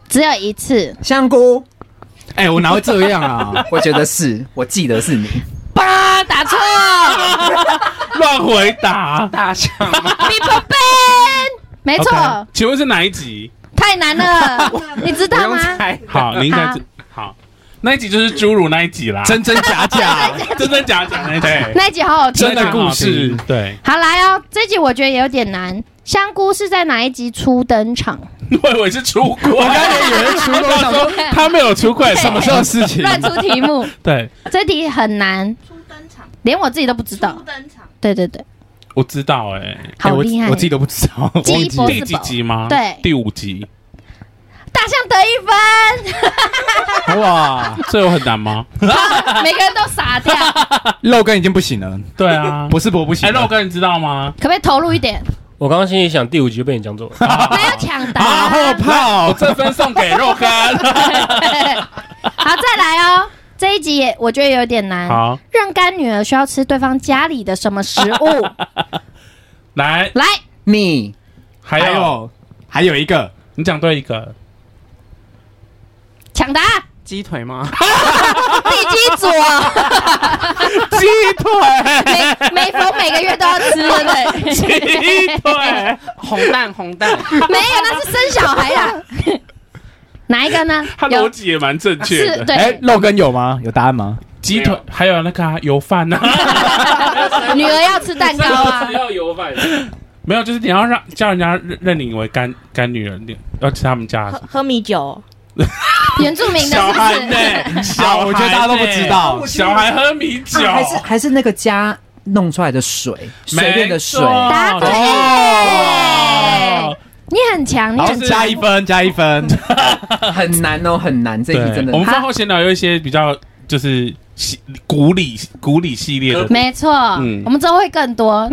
Speaker 1: 只有一次。
Speaker 8: 香菇，
Speaker 4: 哎，我哪会这样啊？
Speaker 8: 我觉得是，我记得 是你。
Speaker 1: 八啊打错
Speaker 2: 乱回答。
Speaker 3: 大象吗？
Speaker 1: ，People Ben，没错
Speaker 4: OK
Speaker 2: 请问是哪一集？
Speaker 1: 太难 了，你知
Speaker 3: 不
Speaker 1: 道
Speaker 3: 用
Speaker 1: 吗？
Speaker 3: 猜，
Speaker 2: 好，你应
Speaker 1: 啊
Speaker 2: 该知好，那一集就是侏儒那一集啦，
Speaker 4: 真真假 假，
Speaker 2: 真真假假那一集，
Speaker 1: 那一集好好听啊
Speaker 4: 真。的故事，
Speaker 2: 对，
Speaker 1: 好来哦，这集我觉得也有点难。香菇是在哪一集初登场？
Speaker 2: 我以为是出轨，我
Speaker 4: 刚才以为哎是出轨我想说
Speaker 2: 他没有出轨，
Speaker 1: 对
Speaker 2: 什
Speaker 4: 什
Speaker 2: 么
Speaker 4: 么
Speaker 2: 时
Speaker 4: 时
Speaker 2: 候
Speaker 4: 候？事 情？
Speaker 1: 乱出题 目，
Speaker 2: 对，
Speaker 1: 这题很难，
Speaker 6: 初登场，
Speaker 1: 连我自己都不知道
Speaker 6: 初。登场，
Speaker 1: 对对对，
Speaker 2: 我知道，哎，
Speaker 4: 哎
Speaker 1: 好
Speaker 4: 我
Speaker 1: 厉害！
Speaker 4: 我自己都不知道，忘
Speaker 1: 记忆
Speaker 4: 记
Speaker 1: 波
Speaker 4: 了
Speaker 2: 第几集吗？
Speaker 1: 对
Speaker 2: 啊第五集，
Speaker 1: 大象得一分，
Speaker 4: 哇，
Speaker 2: 这有很难吗？
Speaker 1: 每个人都傻掉，可
Speaker 4: 肉根已经不行了，
Speaker 2: 对啊，
Speaker 4: 不是博不行
Speaker 2: 哎，
Speaker 4: 了。
Speaker 2: 肉哥，你知道吗？
Speaker 1: 不可以投入一 点？
Speaker 7: 我刚刚心里想第五集就被你讲走了，
Speaker 1: 那要抢答。
Speaker 4: 啊，后炮，
Speaker 2: 哦这分送给肉干。
Speaker 1: 好，再来哦。这一集也我觉得有点难。
Speaker 2: 好，
Speaker 1: 认干女儿需要吃对方家里的什么食 物？
Speaker 2: 来，
Speaker 1: 来，
Speaker 8: 蜜，
Speaker 2: 还
Speaker 4: 还
Speaker 2: 有，
Speaker 4: 有还有一个，
Speaker 2: 你讲对一个，
Speaker 1: 抢答，
Speaker 3: 鸡腿吗？
Speaker 1: 地基组，哦
Speaker 2: 鸡腿，
Speaker 1: 每每逢每个月都要吃，对不对？
Speaker 2: 鸡腿，
Speaker 3: 红蛋红蛋，
Speaker 1: 没有，那是生小孩 啊。哪一个呢？
Speaker 2: 他逻
Speaker 1: 有
Speaker 2: 辑也蛮正确
Speaker 8: 啊
Speaker 1: 是，
Speaker 2: 的。
Speaker 4: 哎
Speaker 1: 对，，
Speaker 4: 肉根有吗？有答案吗？
Speaker 2: 鸡腿，还有那个啊油饭呐，
Speaker 1: 女儿要吃蛋糕啊
Speaker 5: 只。要有饭，
Speaker 2: 没有，就是你要让叫人家认认你为干干女人，你要吃他们 家
Speaker 6: 喝喝米酒，
Speaker 1: 原住民的
Speaker 2: 小
Speaker 1: 是
Speaker 2: 孩
Speaker 1: 不是？
Speaker 2: 呢，
Speaker 4: 啊，
Speaker 2: 小孩
Speaker 4: 我觉得大家都不知
Speaker 2: 呢。
Speaker 4: 道
Speaker 8: 我。觉得
Speaker 2: 小孩喝米酒，
Speaker 8: 啊还是还是那个家弄出来的水，随便的水
Speaker 2: 没。错
Speaker 1: 答对
Speaker 8: 哎
Speaker 2: 哦
Speaker 1: 你很强，你
Speaker 4: 好，
Speaker 1: 很
Speaker 2: 就是
Speaker 4: 加一分，加 一分。
Speaker 8: 很难哦，很难，这一
Speaker 2: 对，
Speaker 8: 题真的
Speaker 2: 我。们饭后闲聊有一些比较就是系古礼古礼系列的，
Speaker 1: 没错，
Speaker 2: 嗯
Speaker 1: 我们之后会更 多，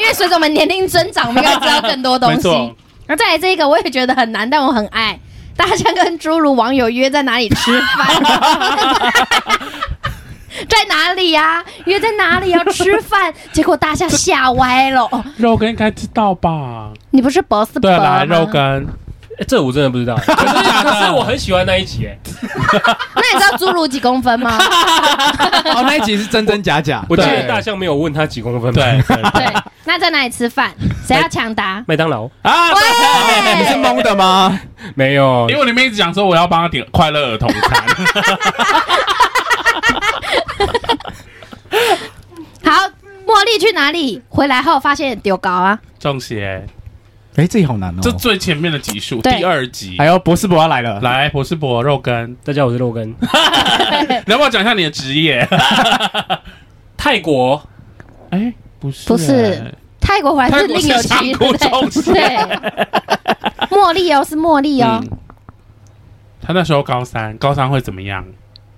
Speaker 1: 因为随着我们年龄增长，我们应该知道更多东
Speaker 2: 没
Speaker 1: 西
Speaker 2: 错。
Speaker 1: 那再来这个，我也觉得很难，但我很爱。大象跟侏儒网友约在哪里吃饭？ 在哪里呀、约在哪里要吃 饭？结果大象吓歪了。哦
Speaker 2: 肉根应该知道吧？
Speaker 1: 你不是博士伯
Speaker 2: 对，啊
Speaker 1: 吗？
Speaker 2: 来肉根，
Speaker 7: 哎这我真的不知道。可是可是我很喜欢那一集，哎，
Speaker 1: 那你知道侏儒几公分 吗？
Speaker 4: 哦，那一集是真真假假。
Speaker 7: 我记得
Speaker 2: 对
Speaker 7: 大象没有问他几公分吧，
Speaker 2: 对 对
Speaker 1: 对，那在哪里吃饭？谁要抢答？
Speaker 7: 麦当劳
Speaker 2: 啊，对
Speaker 4: 你是懵的吗？
Speaker 7: 没有
Speaker 2: 因，为你们一直讲说我要帮他点快乐儿童餐，
Speaker 1: 好，茉莉去哪里？回来后发现丢高啊！
Speaker 2: 中邪，
Speaker 4: 哎，这题好难哦
Speaker 2: 这。最前面的集数
Speaker 1: 对
Speaker 2: 第二集
Speaker 4: 哎。呦，博士博要来了，
Speaker 2: 来，博士博肉根，
Speaker 7: 大家好，我是肉根，
Speaker 2: 你要不要讲一下你的职业？
Speaker 7: 泰国
Speaker 2: 哎，不是
Speaker 1: 不是泰国回来是另有其
Speaker 2: 泰国是香菇中
Speaker 1: 对，
Speaker 2: 心
Speaker 1: 对茉莉哦，是茉莉哦，
Speaker 2: 嗯他那时候高三，高三会怎么样？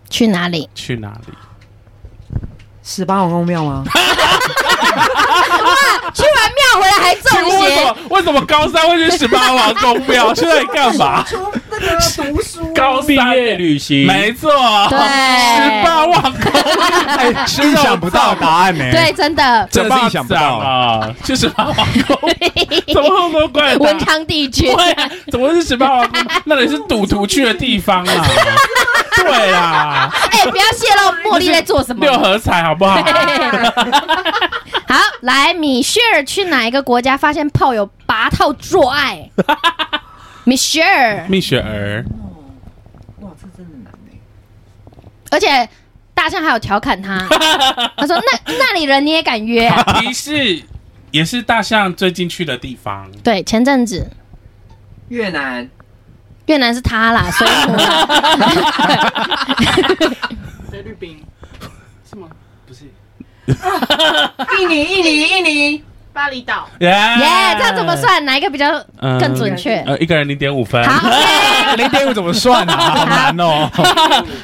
Speaker 1: 去哪里？
Speaker 2: 去哪里？
Speaker 8: 十八王公庙吗？
Speaker 1: 去完庙回来还
Speaker 2: 请
Speaker 1: 中
Speaker 2: 问为什
Speaker 1: 邪，
Speaker 2: 么为什么高三会去十八王公庙？去那里干嘛？
Speaker 8: 那个读书
Speaker 2: 高
Speaker 7: 毕
Speaker 2: 三
Speaker 7: 业旅行，
Speaker 2: 没错，
Speaker 1: 对哦
Speaker 2: 十八王公
Speaker 4: 哎，意想不到答案 呢。
Speaker 1: 对，，真的，
Speaker 4: 真的是意想不到
Speaker 2: 啊！去十八王公，怎么那么多怪
Speaker 1: 文
Speaker 2: 的？
Speaker 1: 昌帝君，
Speaker 2: 对啊，怎么是十八王公？那里是赌徒去的地方啊！ 对啦，
Speaker 1: 哎，不要泄露茉莉在做什么。
Speaker 2: 六合彩好不好？
Speaker 1: 好，来，米歇尔去哪一个国家发现炮友拔套做爱？米歇尔，
Speaker 2: 蜜雪儿，
Speaker 8: 哇，这真的难哎。
Speaker 1: 而且大象还有调侃 他，他说：“那那里人你也敢约、啊
Speaker 2: 提示也是大象最近去的地 方。？”
Speaker 1: 对，前阵子
Speaker 8: 越南，
Speaker 1: 越南是他啦，水母 啦。
Speaker 3: 菲律宾是吗？不是，
Speaker 8: 印尼，印尼，印尼，
Speaker 6: 巴厘岛，
Speaker 2: 耶
Speaker 1: 耶、这样怎么？算？哪一个比较
Speaker 2: 嗯
Speaker 1: 更准确？
Speaker 2: 呃，一个人零点五分。
Speaker 1: 好，OK。
Speaker 4: 零点五怎么算 啊？好难哦。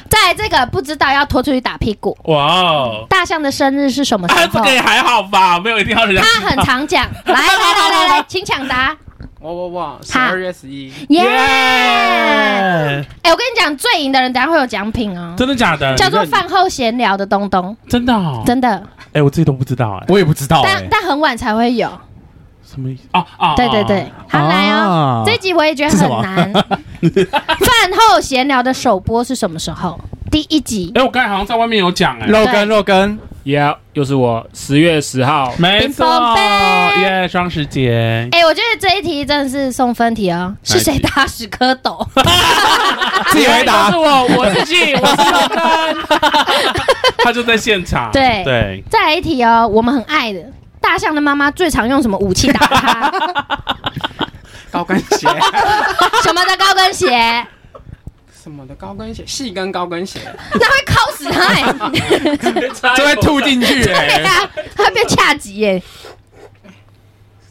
Speaker 1: 在这个不知道要拖出去打屁股。
Speaker 2: 哇哦，
Speaker 1: 大象的生日是什么时
Speaker 2: 啊，这
Speaker 1: 候？
Speaker 2: 个也还好吧，没有一定要人家。
Speaker 1: 他很常 讲。来来来来来，请抢答。
Speaker 3: 哇哇哇！十二月十一，
Speaker 1: 耶！哎，我跟你讲，最赢的人等下会有奖品哦，
Speaker 2: 真的假的？
Speaker 1: 叫做饭后闲聊的东东，
Speaker 2: 真的哦，
Speaker 1: 真的，
Speaker 2: 哎，我自己都不知道哎，
Speaker 4: 我也不知道
Speaker 1: 但
Speaker 4: 哎。
Speaker 1: 但很晚才会有。
Speaker 2: 什么意思？哦哦，
Speaker 1: 对对对，好来哦。
Speaker 4: 啊
Speaker 1: 这集我也觉得很难。 饭后闲聊的首播是什么时候？第一集。
Speaker 2: 哎，我刚才好像在外面有讲哎，
Speaker 4: 肉根肉根，
Speaker 7: ，Yeah，又是我，十月十号，
Speaker 2: 没错
Speaker 1: 冰棒，杯
Speaker 2: 耶，双十节。
Speaker 1: 哎，我觉得这一题真的是送分题哦。是谁打屎壳斗？哎
Speaker 4: 自己回答
Speaker 7: 又是。我，我自 己，我是老
Speaker 2: 他就在现场。
Speaker 1: 对
Speaker 2: 对，
Speaker 1: 再来一题哦，我们很爱的大象的妈妈最常用什么武器打它？
Speaker 3: 高跟鞋
Speaker 1: 什么的高跟鞋？
Speaker 3: 什么的高跟鞋，细跟高跟鞋，
Speaker 1: 那会烤死它、欸！
Speaker 4: 就会吐进 去
Speaker 1: 对
Speaker 4: 哎。
Speaker 1: 呀、啊，它会变恰吉欸耶、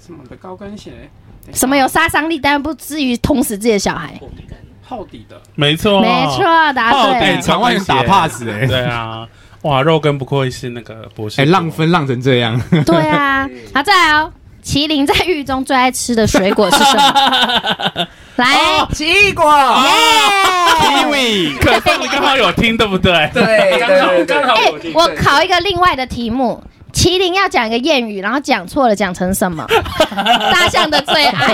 Speaker 3: 什么的高跟鞋，
Speaker 1: 什么有杀伤力，但不至于捅死自己的小孩。
Speaker 3: 厚底的，
Speaker 2: 没错，
Speaker 1: 没错，答
Speaker 2: 哦，
Speaker 1: 对
Speaker 2: 对，
Speaker 1: 了。
Speaker 4: 场外有打 pass 哎
Speaker 2: 对啊，哇，肉根不愧是那个博士，
Speaker 4: 哎，浪分浪成这 样，
Speaker 1: 对 啊，好，再来哦。麒麟在狱中最爱吃的水果是什 么？来，
Speaker 2: 哦
Speaker 8: 奇异果，
Speaker 1: 耶！
Speaker 4: 啊 Kiwi
Speaker 2: 可是你刚好有听，对不对？
Speaker 8: 对对对对，
Speaker 1: 哎，我考一个另外的题目。麒麟要讲一个谚语，然后讲错了，讲成什 么？大象的最爱，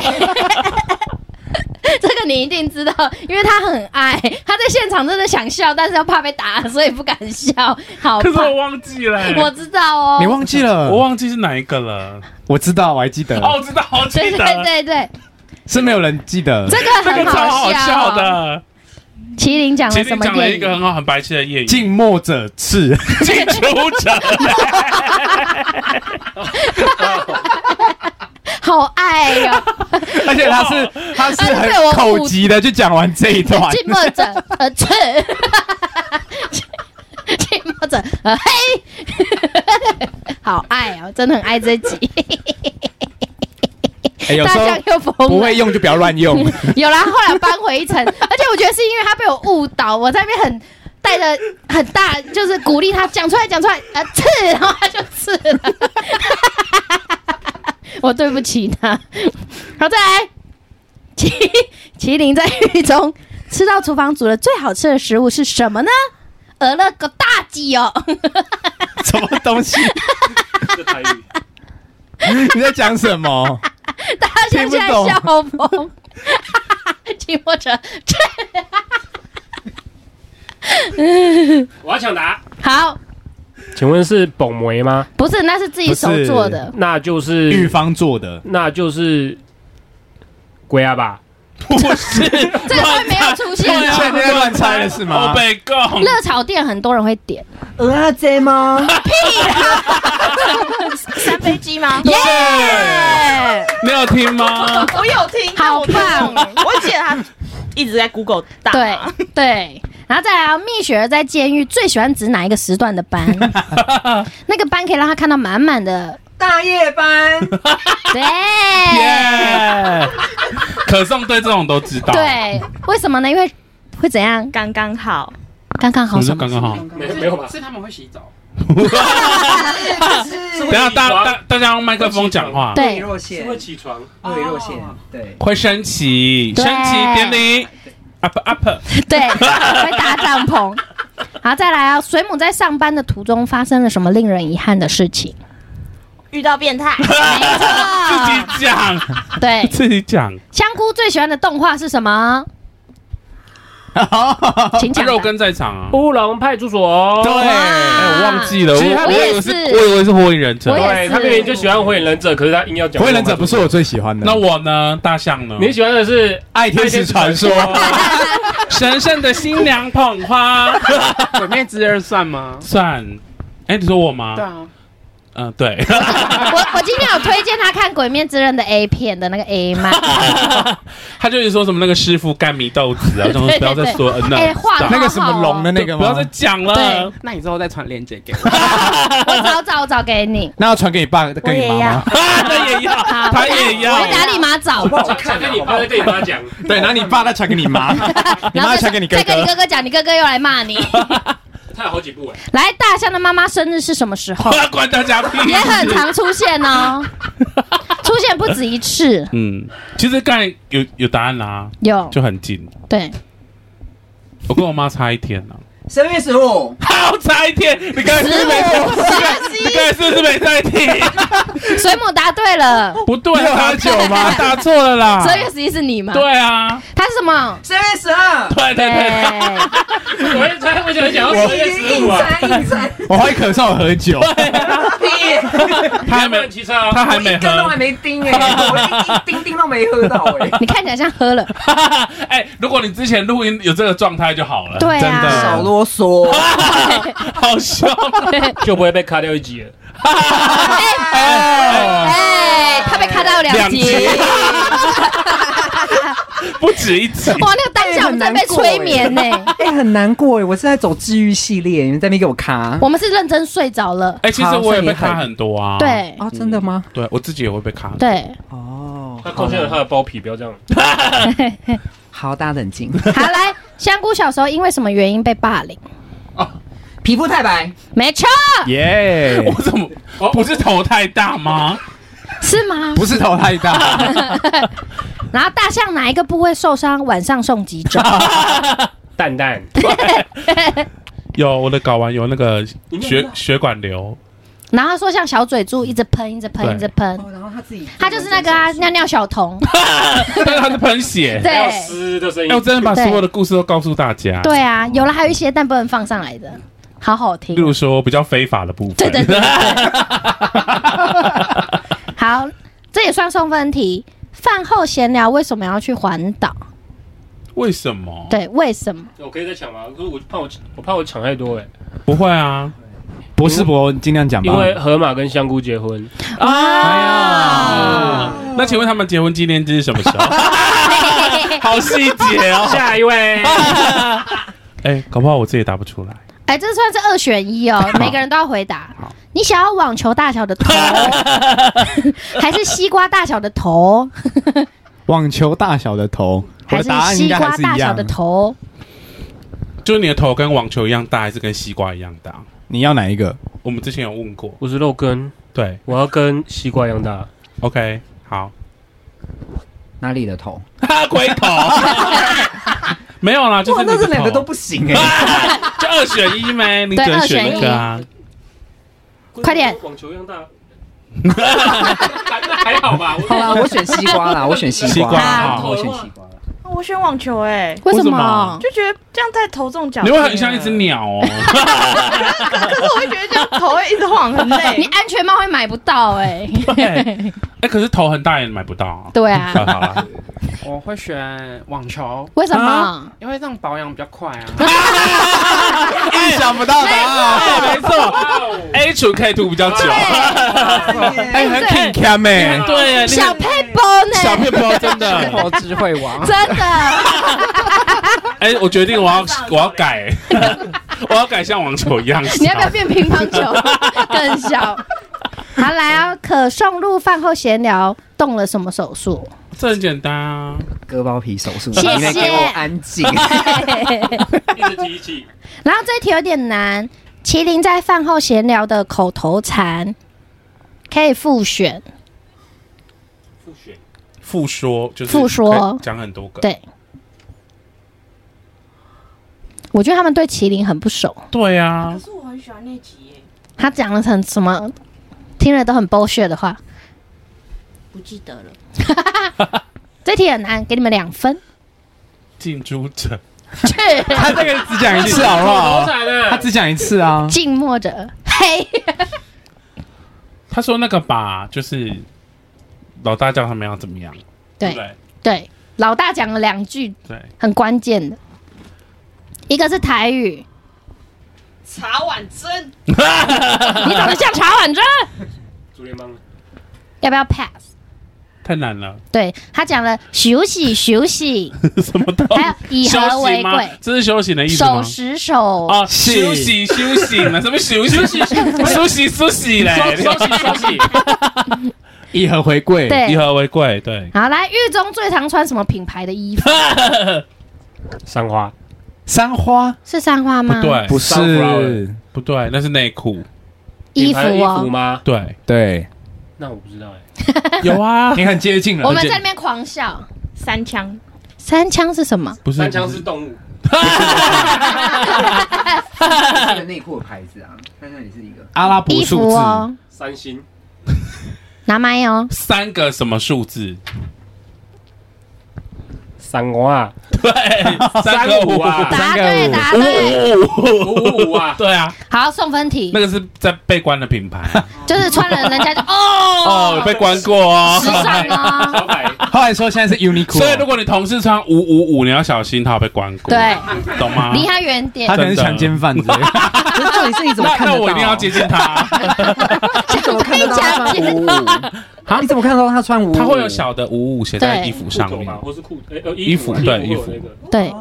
Speaker 1: 这个你一定知道，因为他很爱，他在现场真的想笑，但是又怕被打，所以不敢笑。好
Speaker 2: 可是
Speaker 1: 怕，
Speaker 2: 我哎忘记了，
Speaker 1: 我知道哦。
Speaker 4: 你忘记了？
Speaker 2: 我忘记是哪一个了。
Speaker 4: 我知道，我还记得，
Speaker 2: 哦，我知道，我
Speaker 1: 对
Speaker 2: 记得，
Speaker 1: 对对对，
Speaker 4: 是没有人记得。
Speaker 1: 这个
Speaker 2: 这
Speaker 1: 很
Speaker 2: 个超好
Speaker 1: 笑哦
Speaker 2: 笑。的。
Speaker 1: 麒麟讲
Speaker 2: 麒
Speaker 1: 了什
Speaker 2: 麟
Speaker 1: 么
Speaker 2: 讲了
Speaker 1: 谚
Speaker 2: 一个
Speaker 1: 语？
Speaker 2: 很好很白痴的谚语，
Speaker 4: 静默者赤，
Speaker 2: 进出者。
Speaker 1: 好爱哟，
Speaker 4: 而且他是他是
Speaker 1: 他是被我
Speaker 4: 很
Speaker 1: 误
Speaker 4: 口急的就讲完这一 段，
Speaker 1: 寂寞者呃赤，寂寞者呃嘿，好爱哦，真的很爱这集。
Speaker 4: 哎有
Speaker 1: 大
Speaker 4: 时候
Speaker 1: 象又疯
Speaker 4: 不
Speaker 1: 了，
Speaker 4: 会用就不要乱用。
Speaker 1: 有啦，后来搬回一层，而且我觉得是因为他被我误导，我在那边很带着很大，就是鼓励他讲出来，讲出来，呃，刺，然后他就刺了。我对不起他。好，再来， 麒麒麟在狱中吃到厨房煮的最好吃的食物是什么呢？鹅了个大鸡哦！
Speaker 4: 什么东西？
Speaker 5: 这台语，
Speaker 4: 你在讲什么？
Speaker 1: 大家现在
Speaker 4: 听不懂
Speaker 1: 笑 疯，寂寞者这
Speaker 5: 我要抢答，
Speaker 1: 好，
Speaker 7: 请问是蹦梅吗？
Speaker 1: 不是，那是自己手
Speaker 4: 不是
Speaker 1: 做的。
Speaker 7: 那就是
Speaker 4: 玉芳做的，
Speaker 7: 那就是龟啊吧？
Speaker 1: 这个会没有出现
Speaker 4: 你
Speaker 1: 的。
Speaker 4: 现
Speaker 2: 啊
Speaker 4: 在在乱猜了是
Speaker 2: 我
Speaker 4: 吗？
Speaker 2: 被供，
Speaker 1: 热炒店很多人会点，
Speaker 8: 鹅啊这吗？
Speaker 6: 三杯鸡 吗？
Speaker 1: 耶、
Speaker 2: 你有听吗？
Speaker 6: 我有听，但我
Speaker 1: 好棒
Speaker 6: 看不懂！我记得他一直在 Google 打，
Speaker 1: 对对，然后再来、啊，蜜雪儿在监狱最喜欢值哪一个时段的班？那个班可以让他看到满满的，
Speaker 8: 大夜 班，
Speaker 1: 对
Speaker 2: 耶！可颂对这种都知道，，
Speaker 1: 对，为什么呢？因为会怎样？
Speaker 6: 刚刚好。
Speaker 1: 刚刚好
Speaker 2: 我
Speaker 1: 什
Speaker 2: 说
Speaker 1: 么
Speaker 2: 刚？刚好。
Speaker 5: 没没有吧？
Speaker 3: 是他们会洗澡，
Speaker 2: 等一下大大大家用麦克风讲话，
Speaker 1: 对
Speaker 8: 魏若
Speaker 5: 是
Speaker 8: 贤，
Speaker 5: 会起床，
Speaker 8: 魏若贤，对，
Speaker 2: 会升旗，
Speaker 1: 对
Speaker 2: 升旗典礼，up up，
Speaker 1: 对，会搭帐篷。好，再来啊！水母在上班的途中发生了什么令人遗憾的事情？
Speaker 6: 遇到 变态，
Speaker 1: 没错，哎
Speaker 2: 自己讲，
Speaker 1: 对，
Speaker 2: 自己讲。
Speaker 1: 香菇最喜欢的动画是什么？
Speaker 4: 哦
Speaker 1: 请
Speaker 2: 啊
Speaker 1: 讲吧。
Speaker 2: 肉根在场啊，
Speaker 7: 乌龙派出所，
Speaker 2: 对，哎我忘记了，
Speaker 7: 其实他
Speaker 2: 我
Speaker 1: 我
Speaker 2: 以
Speaker 1: 也
Speaker 2: 为是，
Speaker 1: 是
Speaker 2: 我以为是火影忍者
Speaker 1: 我。也
Speaker 7: 对他明明就喜欢火影忍者，可是他硬要讲
Speaker 4: 火影忍者不是我最喜欢的。
Speaker 2: 那我呢？大象呢？
Speaker 7: 你喜欢的是
Speaker 4: 爱天使传说，
Speaker 3: 哦
Speaker 2: 神圣的新娘捧花
Speaker 3: 鬼灭之刃算吗？
Speaker 2: 算？哎，你说我吗？
Speaker 3: 对啊，
Speaker 2: 嗯，对，
Speaker 1: 我我今天有推荐他看《鬼面之刃》的 A 片的那个 A 漫，
Speaker 2: 他就是说什么那个师傅干米豆子啊，我想说不要再说了，那
Speaker 1: 哎画得
Speaker 4: 那个什么龙的那个
Speaker 2: 不要
Speaker 4: 吗
Speaker 2: 再？讲了
Speaker 1: 对。
Speaker 3: 那你之后再传链接给 我。
Speaker 1: 我找找我找给你。
Speaker 4: 那要传给你爸跟你
Speaker 1: 我也
Speaker 4: 妈
Speaker 1: 要
Speaker 4: 吗？
Speaker 2: 啊，他也要，
Speaker 1: 好，
Speaker 2: 他也要
Speaker 1: 我，打立马找，
Speaker 7: 哦
Speaker 5: 想跟你爸再跟你妈讲，
Speaker 4: 对，然后你爸再传给你妈，你
Speaker 1: 然后
Speaker 4: 妈再
Speaker 1: 再
Speaker 4: 传给你哥
Speaker 1: 再跟你
Speaker 4: 哥。
Speaker 1: 哥哥讲，你哥哥又来骂你。
Speaker 5: 他有好几部哎，
Speaker 1: 来，大象的妈妈生日是什么时候？
Speaker 2: 关大家屁
Speaker 1: 也很常出现哦，出现不止一次。
Speaker 2: 嗯，其实刚才有有答案啦、
Speaker 1: 有
Speaker 2: 就很近。
Speaker 1: 对，
Speaker 2: 我跟我妈差一天呢、
Speaker 8: 三月十五，
Speaker 2: 好差一天！你刚才是不是没你刚才是不是没 在听？
Speaker 1: 水母答对了，
Speaker 2: 不对啊，打
Speaker 1: 九吗
Speaker 2: 打错了啦
Speaker 1: 十。二月十一是你吗？，
Speaker 2: 啊对啊，
Speaker 1: 他是什么？哎
Speaker 8: 三月十二，
Speaker 2: 对对对，
Speaker 5: 我也猜，我想想要十月十五啊，
Speaker 8: 硬猜，
Speaker 4: 我怀疑可少喝酒，
Speaker 2: 他还
Speaker 5: 不
Speaker 2: 没
Speaker 5: 能骑车啊，
Speaker 2: 他还没
Speaker 8: 一根都还
Speaker 2: 喝。
Speaker 8: 没叮哎，我一一叮叮都没喝到哎，
Speaker 1: 你看起来像喝了。
Speaker 2: 哎，如果你之前录音有这个状态就好了。
Speaker 1: 对啊
Speaker 2: 真的
Speaker 8: 少啰嗦，
Speaker 2: 好凶。啊
Speaker 7: 就不会被卡掉一集了。
Speaker 2: 哎，
Speaker 1: 哎，他被卡到两
Speaker 2: 两
Speaker 1: 集
Speaker 2: 集。 不止一次。
Speaker 1: 哇，那个当下我们在被催眠呢、
Speaker 8: 哎，很难过哎，我是在走治愈系列，你们在那边给我卡
Speaker 1: 我们是认真睡着了。
Speaker 2: 哎，其实我也被
Speaker 8: 好所以你
Speaker 2: 卡
Speaker 8: 很
Speaker 2: 很多啊。，
Speaker 1: 对
Speaker 8: 哦，真的吗？
Speaker 2: 对我自己也会被卡。
Speaker 1: 对，
Speaker 8: 哦，
Speaker 5: 他贡献了他的包皮，不要这样。
Speaker 8: 好，大家冷静，
Speaker 1: 好来，香菇小时候因为什么原因被霸凌？
Speaker 8: 皮肤太白，
Speaker 1: 没错，
Speaker 4: 耶！
Speaker 2: 我怎么不是头太大吗？
Speaker 1: 是吗？
Speaker 4: 不是头太大，
Speaker 1: 然后大象哪一个部位受伤，晚上送急 诊？
Speaker 7: 蛋蛋，
Speaker 2: 有我的睾丸有那个
Speaker 5: 没有
Speaker 2: 血血管瘤，
Speaker 1: 然后他说像小嘴猪一直喷，一直喷，
Speaker 2: 对
Speaker 1: 一直喷。
Speaker 8: 哦，然后他自己，
Speaker 1: 他就是那个 啊，尿尿小童，
Speaker 2: 但是它是喷血。
Speaker 5: 还有
Speaker 1: 对
Speaker 5: 嘶的声
Speaker 2: 哎，我
Speaker 5: 音，
Speaker 2: 真的把所有的故事都告诉大家。，
Speaker 1: 对啊，有了还有一些但不能放上来的，好好听啊
Speaker 2: 例。如说比较非法的部分。
Speaker 1: 对对对。好，这也算送分题。饭后闲聊为什么要去环岛？
Speaker 2: 为什么？
Speaker 1: 对，为什 么？
Speaker 5: 我可以再抢吗？可是我怕我
Speaker 7: 我怕我抢太多哎，
Speaker 4: 嗯
Speaker 2: 不会啊，
Speaker 4: 博士博，你尽量讲吧。
Speaker 7: 因为河马跟香菇结婚，
Speaker 1: 啊！
Speaker 2: 哎那请问他们结婚纪念日是什么时候？ 好细节哦。
Speaker 7: 下一位
Speaker 2: 哎，搞不好我自己也答不出来。
Speaker 1: 哎，这算是二选一哦，每个人都要回答。你想要网球大小的 头，还是西瓜大小的头，
Speaker 4: 网球大小的头，我
Speaker 1: 还
Speaker 4: 的
Speaker 1: 是
Speaker 4: 答案应
Speaker 1: 西
Speaker 4: 该还
Speaker 1: 瓜
Speaker 4: 是一
Speaker 1: 大小
Speaker 4: 样
Speaker 1: 的。头？
Speaker 2: 就是你的头跟网球一样大，还是跟西瓜一样大？
Speaker 4: 你要哪 一个？
Speaker 2: 我们之前有问过。
Speaker 7: 我是肉根，
Speaker 2: 对
Speaker 7: 我要跟西瓜一样大。
Speaker 2: ，OK，好。
Speaker 8: 哪里的头？
Speaker 2: 哈， 鬼头。 没有啦，就是
Speaker 8: 哇，
Speaker 2: 你的
Speaker 8: 那这两个
Speaker 2: 头
Speaker 8: 都不行哎，
Speaker 2: 就二选一没？你
Speaker 1: 对
Speaker 2: 只能
Speaker 1: 二
Speaker 2: 选
Speaker 1: 选
Speaker 2: 一个啊。
Speaker 1: 快点
Speaker 5: 网球一样大。 那还好吧，
Speaker 8: 好
Speaker 5: 我
Speaker 8: 啦，啊我选西瓜啦，我选
Speaker 2: 西
Speaker 8: 西
Speaker 2: 瓜
Speaker 8: 瓜，
Speaker 2: 好
Speaker 8: 我选西瓜啦。
Speaker 6: 我选网球哎、
Speaker 1: 为什
Speaker 2: 为什么
Speaker 1: 么？
Speaker 6: 就觉得这样太头重脚
Speaker 2: 你
Speaker 6: 轻
Speaker 2: 会
Speaker 6: 了。
Speaker 2: 很像一只 鸟哦。
Speaker 6: 可是我会觉得这样头会一直晃，很
Speaker 1: 你
Speaker 6: 累。
Speaker 1: 安全帽会买不到哎、
Speaker 2: 对，哎、可是头很大也买不到啊。
Speaker 1: 对啊，
Speaker 2: 好 啦，
Speaker 3: 我会选网球，
Speaker 1: 为什么？
Speaker 4: 啊
Speaker 3: 因为这样保养比较快啊。
Speaker 4: 意想不到答案，
Speaker 2: 哦没错，A 群可以涂比较久。
Speaker 4: 哎，很挺 c a 哎，
Speaker 2: 对啊，
Speaker 1: 小
Speaker 2: 佩
Speaker 1: 配包呢？
Speaker 2: 小佩包真的，
Speaker 3: 我智慧 王，
Speaker 1: 真的，
Speaker 2: 哎、我决定我要我要改， 我要改像网球一样小。
Speaker 1: 你要不要变乒乓球 更小？好，来啊！可送入饭后闲聊，动了什么手 术？
Speaker 2: 这很简单啊。
Speaker 8: 割包皮手术，
Speaker 1: 谢谢
Speaker 8: 你们给我安静。
Speaker 5: 一直提起，
Speaker 1: 然后这题有点难，麒麟在饭后闲聊的口头禅可以复选，
Speaker 5: 复选，
Speaker 2: 复说就是
Speaker 1: 复说
Speaker 2: 可以讲很多个。
Speaker 1: 对我觉得他们对麒麟很不熟，
Speaker 2: 对啊，
Speaker 6: 是我很喜欢那集耶，
Speaker 1: 他讲了很什么，听了都很 bullshit 的话。
Speaker 6: 不记得了。
Speaker 1: 这题很难，给你们两分。
Speaker 2: 近朱者
Speaker 1: 去
Speaker 4: 他这个只讲一次好不好？
Speaker 2: 欸
Speaker 4: 他
Speaker 5: 的，
Speaker 4: 只讲一次啊。
Speaker 1: 静默着，嘿，
Speaker 2: 他说那个吧，就是老大叫他们要怎么样，对不
Speaker 1: 对
Speaker 2: 对？
Speaker 1: 对，老大讲了两句
Speaker 2: 对，
Speaker 1: 很关键的，一个是台语，
Speaker 6: 茶碗蒸，
Speaker 1: 你长得像茶碗蒸，
Speaker 5: 竹联帮，
Speaker 1: 要不要 pass？
Speaker 2: 太难了，
Speaker 1: 对他讲了休息休 息，
Speaker 2: 什么都
Speaker 1: 还有以
Speaker 2: 哦休
Speaker 1: 和
Speaker 2: 息
Speaker 1: 为
Speaker 2: 吗
Speaker 1: 贵，？
Speaker 2: 这是修行的意思
Speaker 1: 手
Speaker 2: 吗？
Speaker 1: 十手，
Speaker 2: 啊，休息休息 呢？什么休息休息休息休息嘞？
Speaker 7: 休息休息，
Speaker 4: 以和回归，
Speaker 2: 以
Speaker 1: 对。
Speaker 2: 和为贵，对。
Speaker 1: 好，来，狱中最常穿什么品牌的衣服？
Speaker 7: 三花
Speaker 4: 三花
Speaker 2: 哎
Speaker 1: 是三花
Speaker 2: 不
Speaker 1: 吗？，
Speaker 2: 对，
Speaker 4: 不是
Speaker 7: Sunflower，
Speaker 2: 不对，那是内裤。
Speaker 1: 衣
Speaker 7: 品
Speaker 1: 服
Speaker 7: 牌的衣服
Speaker 1: 哦。
Speaker 7: 吗？
Speaker 2: 对，
Speaker 4: 对，
Speaker 5: 那我不知道哎，
Speaker 2: 有啊，
Speaker 4: 你很接近了。
Speaker 1: 我们在那边狂笑。
Speaker 6: 三枪，
Speaker 1: 三枪是什么？
Speaker 2: 不是
Speaker 5: 三枪是动物，
Speaker 8: 这个内裤的牌子啊，看看你是一个
Speaker 4: 阿拉伯
Speaker 1: 衣
Speaker 4: 数
Speaker 1: 服
Speaker 4: 字，
Speaker 1: 哦，
Speaker 5: 三星
Speaker 1: 拿麦哦。
Speaker 2: 三个什么数字？
Speaker 7: 三花
Speaker 2: 对，三个五啊，
Speaker 1: 答对，答对。
Speaker 5: 五五五啊，
Speaker 2: 对啊，
Speaker 1: 好，送分题
Speaker 2: 那，个是在被关的品牌
Speaker 1: 就是穿了人家就哦，
Speaker 2: 哦，被关过哦
Speaker 1: 时。尚哦。
Speaker 5: 小百
Speaker 4: 后来说现在是 Uniqlo，
Speaker 2: 所以如果你同事穿五五五，你要小心，他有被关过，
Speaker 1: 对，，
Speaker 2: 懂吗？
Speaker 1: 离他远点
Speaker 4: 他。可能是抢奸犯之类的。
Speaker 8: 可是到底是你怎么
Speaker 2: 那
Speaker 8: 看得
Speaker 2: 那
Speaker 8: 到？
Speaker 2: 我一定要接近他，
Speaker 8: 你怎么看得到他穿五五？啊，你怎么看得到他穿五五？
Speaker 2: 他会有小的五五写在衣服上
Speaker 5: 裤头
Speaker 2: 面
Speaker 5: 吧，，或是裤哎呃
Speaker 2: 衣服
Speaker 5: 啊
Speaker 2: 对
Speaker 5: 衣服有那
Speaker 2: 衣
Speaker 5: 个
Speaker 1: 对，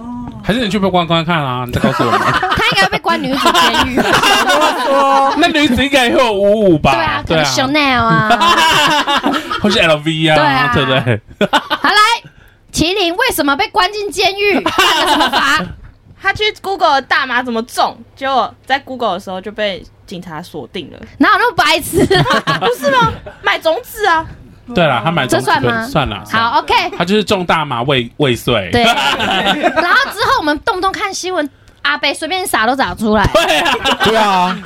Speaker 2: 还是你去被关关看啊？你再告 诉我们。
Speaker 1: 他应该会被关女子监狱。
Speaker 2: 那女子应该也会有五五
Speaker 1: 哦 对啊
Speaker 2: 吧？，
Speaker 1: 可能 Chanel 啊。
Speaker 2: 或是 LV 啊，
Speaker 1: 对
Speaker 2: 对
Speaker 1: 啊
Speaker 2: 不对？
Speaker 1: 好来，麒麟为什么被关进监狱？判了什么罚？
Speaker 6: 他去 Google 大麻怎么种，结果在 Google 的时候就被警察锁定 了，
Speaker 1: 哪有那么白痴？啊
Speaker 6: 不是吗？买种子啊，
Speaker 2: 对啦，他买
Speaker 1: 这
Speaker 2: 种子
Speaker 1: 算
Speaker 2: 对
Speaker 1: 吗
Speaker 2: 算了，算了
Speaker 1: 好，OK，
Speaker 2: 他就是重大麻未未遂。 啊
Speaker 1: 对。然后之后我们动不动看新闻，阿北随便啥都找出来。
Speaker 4: 对啊，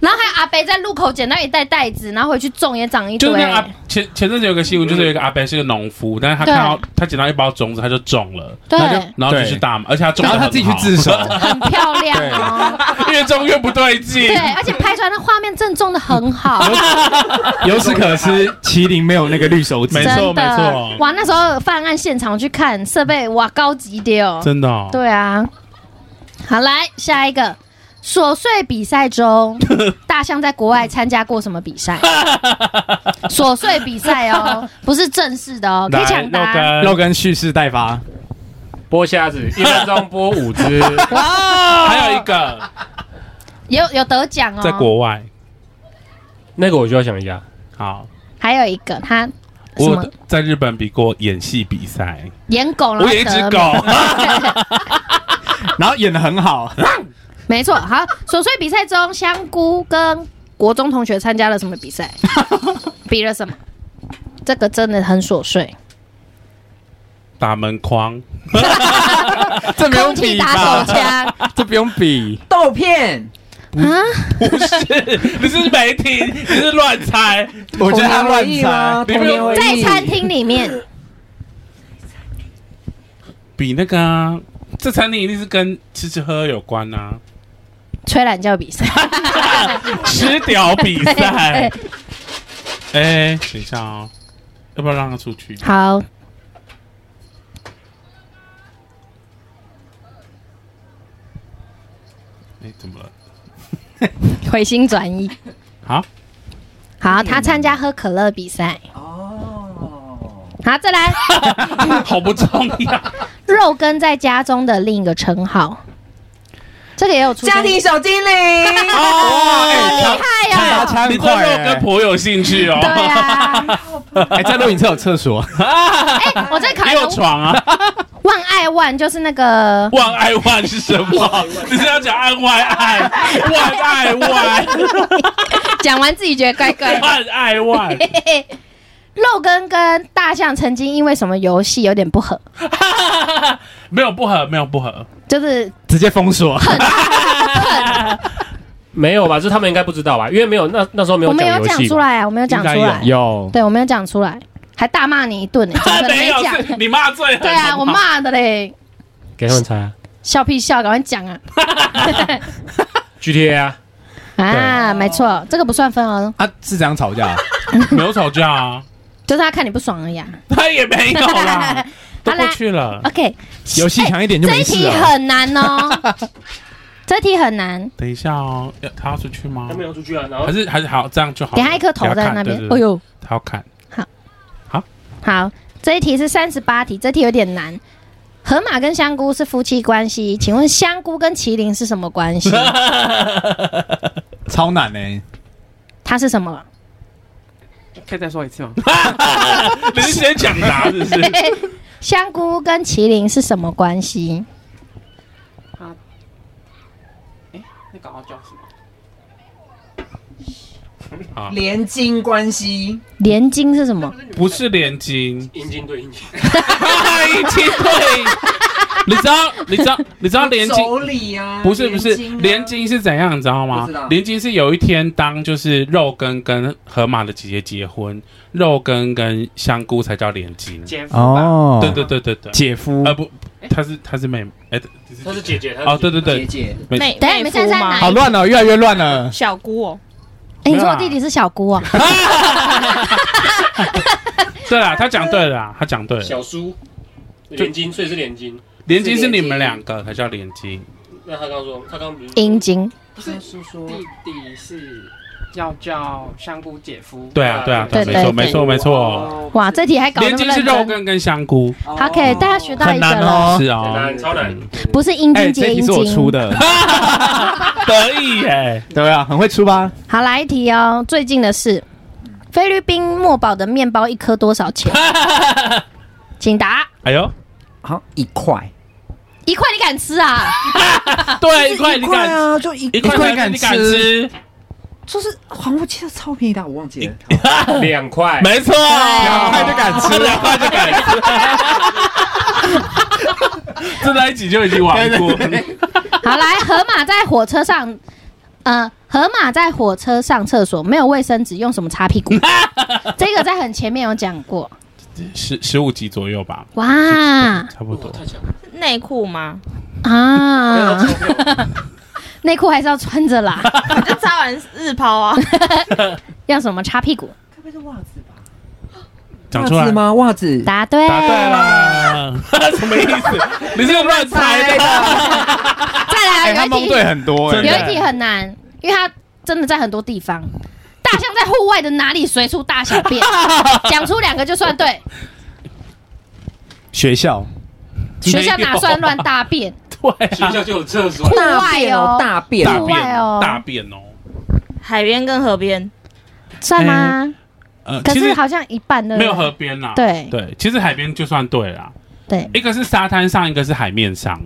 Speaker 1: 然后还有阿北在路口捡到一袋袋子，然后回去种也长一堆
Speaker 2: 就是。那阿前前阵子有个新闻，就是有一个阿伯是个农夫，但是他
Speaker 1: 对
Speaker 2: 看到他捡到一包种子，他就种了，
Speaker 1: 对，
Speaker 2: 然后就去
Speaker 4: 对
Speaker 2: 大麻，而且他种
Speaker 4: 然
Speaker 2: 的
Speaker 4: 后他自己去自首，
Speaker 1: 很漂亮哦。
Speaker 2: 越种越不对劲
Speaker 1: 对，，而且拍出来那画面正中的很好，
Speaker 4: 由此可知，麒麟没有那个绿手指
Speaker 2: 没。错
Speaker 1: 真
Speaker 2: 没
Speaker 1: 的
Speaker 2: 错。
Speaker 1: 哇，那时候犯案现场去看设备，哇，高级的哦。
Speaker 2: 真的哦。
Speaker 1: 对啊，好来下一个。琐碎比赛 中，大象在国外参加过什么比赛？琐碎比赛 哦，不是正式的哦，可以抢答。
Speaker 2: 来
Speaker 4: 肉
Speaker 2: 肉
Speaker 4: 根蓄势待发，
Speaker 7: 剥 虾子，一分钟剥五只，
Speaker 2: 干，还有一个
Speaker 1: 有有得奖哦。
Speaker 2: 在国外，
Speaker 7: 那个我就要想一下。
Speaker 2: 好，
Speaker 1: 还有一个他什
Speaker 2: 我
Speaker 1: 么
Speaker 2: 有在日本比过演戏比赛，
Speaker 1: 演狗，然
Speaker 2: 我
Speaker 1: 后
Speaker 2: 演一只
Speaker 1: 得
Speaker 2: 狗
Speaker 1: 名。
Speaker 4: 然后演的很好，
Speaker 1: 没错，好，琐碎比赛中，香菇跟国中同学参加了什么比 赛？比了什么？这个真的很琐碎，
Speaker 2: 打门框，
Speaker 4: 这不用
Speaker 1: 空气
Speaker 4: 比
Speaker 1: 打
Speaker 4: 吧
Speaker 1: 手？枪啊！
Speaker 4: 这不用比，
Speaker 8: 豆片，
Speaker 2: 不是，你是没听，你是乱猜。
Speaker 4: 我觉得他乱
Speaker 8: 童年回忆
Speaker 4: 猜
Speaker 8: 吗。
Speaker 2: 你不
Speaker 8: 童年回
Speaker 1: 在
Speaker 8: 忆
Speaker 1: 餐厅里面，
Speaker 2: 比那个、啊，这餐厅一定是跟吃吃喝喝有关啊，
Speaker 1: 吹懒觉比赛，
Speaker 2: 吃屌比赛。哎、等一下哦，要不要让他出去？
Speaker 1: 好，
Speaker 2: 哎、怎么了？
Speaker 1: 回心转意。
Speaker 2: 好，
Speaker 1: 好，他参加喝可乐比赛。
Speaker 8: 哦，
Speaker 1: 好，再 来，
Speaker 2: 好不重要。
Speaker 1: 肉根在家中的另一个称号，这个也有出现
Speaker 8: 家庭小精灵。
Speaker 2: 哦，哎、
Speaker 1: 厉害
Speaker 4: 他
Speaker 1: 呀！
Speaker 4: 猜
Speaker 2: 你
Speaker 4: 很
Speaker 2: 对
Speaker 4: 快
Speaker 2: 肉跟
Speaker 4: 欸，
Speaker 2: 婆有兴趣哦？
Speaker 1: 对啊，
Speaker 4: 哎，在录影室有厕所，
Speaker 1: 哎，我在考
Speaker 2: 也有床啊，
Speaker 1: 万爱万就是那个
Speaker 2: 万爱万是什么？你是要讲爱万爱，万爱万，
Speaker 1: 讲完自己觉得怪怪 的。
Speaker 2: 万爱万，
Speaker 1: 嘿嘿肉根跟大象曾经因为什么游戏有点不合，
Speaker 2: 没有不合，没有不合，
Speaker 1: 就是
Speaker 4: 直接封锁。
Speaker 7: 没有吧？这他们应该不知道吧？因为没有那那时候没
Speaker 1: 我
Speaker 7: 有
Speaker 1: 们
Speaker 7: 讲
Speaker 1: 有
Speaker 7: 游
Speaker 1: 讲
Speaker 7: 戏
Speaker 1: 出
Speaker 7: 嘛。
Speaker 1: 来啊，我没有讲出
Speaker 2: 应该
Speaker 1: 来，
Speaker 4: 有，
Speaker 1: 对，我没有讲出来，还大骂你一顿呢、怎么可能
Speaker 2: 没有，
Speaker 1: 没
Speaker 2: 是
Speaker 1: 讲。
Speaker 2: 你骂最 狠。
Speaker 1: 对啊，我
Speaker 2: 好不好
Speaker 1: 骂的嘞，
Speaker 7: 给他们猜啊
Speaker 1: 笑屁笑，赶快讲啊！
Speaker 7: ，GTA 啊，
Speaker 1: 啊，没错，这个不算分哦，
Speaker 4: 啊，是这样 吵架，
Speaker 2: 没有吵架啊，
Speaker 1: 就是他看你不爽而已、啊。
Speaker 2: 他也没有啦，都
Speaker 1: 好
Speaker 2: 过
Speaker 1: 啦
Speaker 2: 去了。
Speaker 1: OK，
Speaker 4: 游戏
Speaker 1: 哎
Speaker 4: 强一点就
Speaker 1: 这
Speaker 4: 没啊
Speaker 1: 一
Speaker 4: 事
Speaker 1: 题
Speaker 4: 了。
Speaker 1: 很难哦，这题很难，
Speaker 2: 等一下哦，要他要出去吗
Speaker 5: 他？们要出去啊，然后
Speaker 2: 还是还是好这样就好了。
Speaker 1: 给他一颗头在那边。哎
Speaker 2: 哎呦，
Speaker 1: 呦，
Speaker 2: 他要 看
Speaker 1: 好，这一题是三十八题，这题有点难。河马跟香菇是夫妻关系，请问香菇跟麒麟是什么关系？
Speaker 4: 超难
Speaker 2: 欸
Speaker 4: 呢。
Speaker 1: 它是什么？
Speaker 3: 可以再说一次吗？
Speaker 2: 你是先抢答 是不是？
Speaker 1: 香菇跟麒麟是什么关系？
Speaker 3: 那个好叫什么？
Speaker 2: 好，
Speaker 8: 连襟关系，
Speaker 1: 连襟是什么？
Speaker 2: 不是连襟，
Speaker 5: 阴茎对阴茎，
Speaker 2: 一起对。你知道，你知道，你知道连襟
Speaker 8: 妯娌啊，
Speaker 2: 不是不是
Speaker 8: 啊
Speaker 2: 连襟是怎样，你知道吗
Speaker 8: 不知道？
Speaker 2: 连襟是有一天当就是肉羹跟河马的姐姐结婚，肉羹跟香菇才叫连襟。
Speaker 5: 姐夫吧，
Speaker 2: 啊
Speaker 4: 哦，
Speaker 2: 对对，对对对，
Speaker 4: 姐夫
Speaker 2: 呃不，她是她是妹妹，哎，
Speaker 5: 她是姐姐，她是
Speaker 2: 哦对
Speaker 5: 姐姐
Speaker 2: 对对
Speaker 8: 姐，姐，
Speaker 2: 没
Speaker 6: 妹
Speaker 1: 等一下你
Speaker 6: 妹
Speaker 1: 们
Speaker 6: 夫
Speaker 1: 现在在哪
Speaker 6: 吗？
Speaker 4: 好乱哦，越来越乱了。
Speaker 6: 小姑哦，
Speaker 1: 哎、
Speaker 2: 没有啊
Speaker 1: 你说我弟弟是小菇 哦、
Speaker 2: 对啦，她讲对了啦，她讲对了，
Speaker 5: 小叔连襟，所以是连襟。
Speaker 2: 连襟是你们两个才叫连襟，
Speaker 5: 那他刚刚说，他刚刚不是
Speaker 1: 阴茎。
Speaker 3: 不是
Speaker 8: 叔叔
Speaker 3: 弟弟是要叫香菇姐夫。
Speaker 2: 对啊对啊
Speaker 1: 对
Speaker 2: 对，
Speaker 1: 对
Speaker 2: 没
Speaker 1: 对
Speaker 2: 错没错没错，
Speaker 3: 哦
Speaker 1: 哇，这题还搞那
Speaker 2: 连
Speaker 1: 么
Speaker 2: 襟
Speaker 1: 认
Speaker 2: 是
Speaker 1: 真。
Speaker 2: 肉羹跟香菇，
Speaker 1: 好，OK，大家
Speaker 8: 哦
Speaker 1: 学到一个
Speaker 4: 很难
Speaker 1: 了，
Speaker 4: 哦
Speaker 2: 是
Speaker 5: 很
Speaker 2: 哦，
Speaker 5: 难，超难，
Speaker 1: 不是阴茎
Speaker 4: 哎，
Speaker 1: 接
Speaker 4: 这
Speaker 1: 阴
Speaker 4: 题是我出
Speaker 1: 茎。
Speaker 4: 的，
Speaker 2: 得意哎，
Speaker 4: 对啊，很会出吧？
Speaker 1: 好，来一题哦，最近的事，菲律宾墨宝的面包一颗多少 钱？请答。
Speaker 2: 哎呦，
Speaker 8: 好一块，
Speaker 1: 一块你敢吃啊？
Speaker 2: 对，一块你敢
Speaker 8: 啊，就一
Speaker 2: 一块钱你敢，吃？
Speaker 8: 就是好像我记得超便宜的，我忘记了。
Speaker 7: 嗯
Speaker 5: 两块，
Speaker 2: 没错，
Speaker 1: 两
Speaker 4: 哎快就敢吃了，
Speaker 2: 两块就敢吃。这在一起就已经玩过，
Speaker 1: 好，来，河马在火车上，呃，河马在火车上厕所没有卫生纸，用什么擦屁 股？这个在很前面有讲过。
Speaker 2: 十十五集左右吧，
Speaker 1: 哇
Speaker 2: 差不多。
Speaker 5: 太强了，
Speaker 6: 内裤 吗？
Speaker 1: 啊！ 内裤还是要穿着啦，
Speaker 6: 我就擦完日抛啊，
Speaker 1: 要什么擦屁股？
Speaker 8: 该不会是袜子吧？
Speaker 2: 讲出来
Speaker 8: 袜子吗？袜子，
Speaker 1: 答对，
Speaker 2: 答对。了，什么意思？你是不是乱猜的？
Speaker 1: 再
Speaker 4: 哎，
Speaker 1: 来
Speaker 4: 他
Speaker 1: 有一
Speaker 4: 蒙
Speaker 1: 题，
Speaker 4: 对很多
Speaker 2: 真
Speaker 1: 有
Speaker 2: 的
Speaker 4: 哎，
Speaker 1: 一题很难，因为它真的在很多地方。大象在户外的哪里随处大小便？讲出两个就算对。
Speaker 4: 学校
Speaker 1: 学校哪算乱大便？
Speaker 2: 对
Speaker 5: 学
Speaker 2: 啊，
Speaker 5: 校就有厕所
Speaker 1: 户，
Speaker 8: 大
Speaker 1: 外
Speaker 8: 便哦，
Speaker 1: 哦，
Speaker 8: 大便，
Speaker 2: 大
Speaker 1: 户外
Speaker 2: 便
Speaker 1: 哦
Speaker 2: 大便哦。
Speaker 6: 海边跟河边，
Speaker 1: 算吗？
Speaker 2: 呃，
Speaker 1: 可
Speaker 2: 其
Speaker 1: 是
Speaker 2: 实
Speaker 1: 好像一半的
Speaker 2: 没有河边啦。
Speaker 1: 对
Speaker 2: 对，其实海边就算对啦。
Speaker 1: 对，
Speaker 2: 一个是沙滩上，一个是海面上。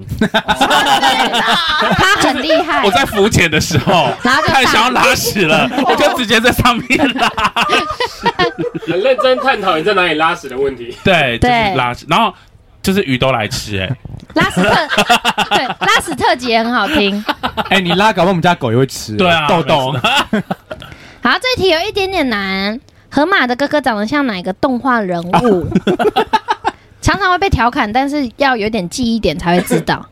Speaker 1: 他很厉害
Speaker 2: 我。在浮潜的时候，
Speaker 1: 然后就哦大
Speaker 2: 太
Speaker 1: 哦
Speaker 2: 想要拉屎了，我就直接在上面拉。
Speaker 5: 很认真探讨你在哪里拉屎的问题。
Speaker 2: 对，就
Speaker 1: 对
Speaker 2: 是拉屎，然后就是鱼都来吃、欸，
Speaker 1: 拉屎特对拉屎特辑也很好听。
Speaker 4: 哎，你拉，搞不好我们家狗也会吃。
Speaker 2: 对啊
Speaker 4: 豆豆
Speaker 2: 没，
Speaker 1: 好，这题有一点点难。河马的哥哥长得像哪个动画人物？常常会被调侃，但是要有点记忆点才会知道。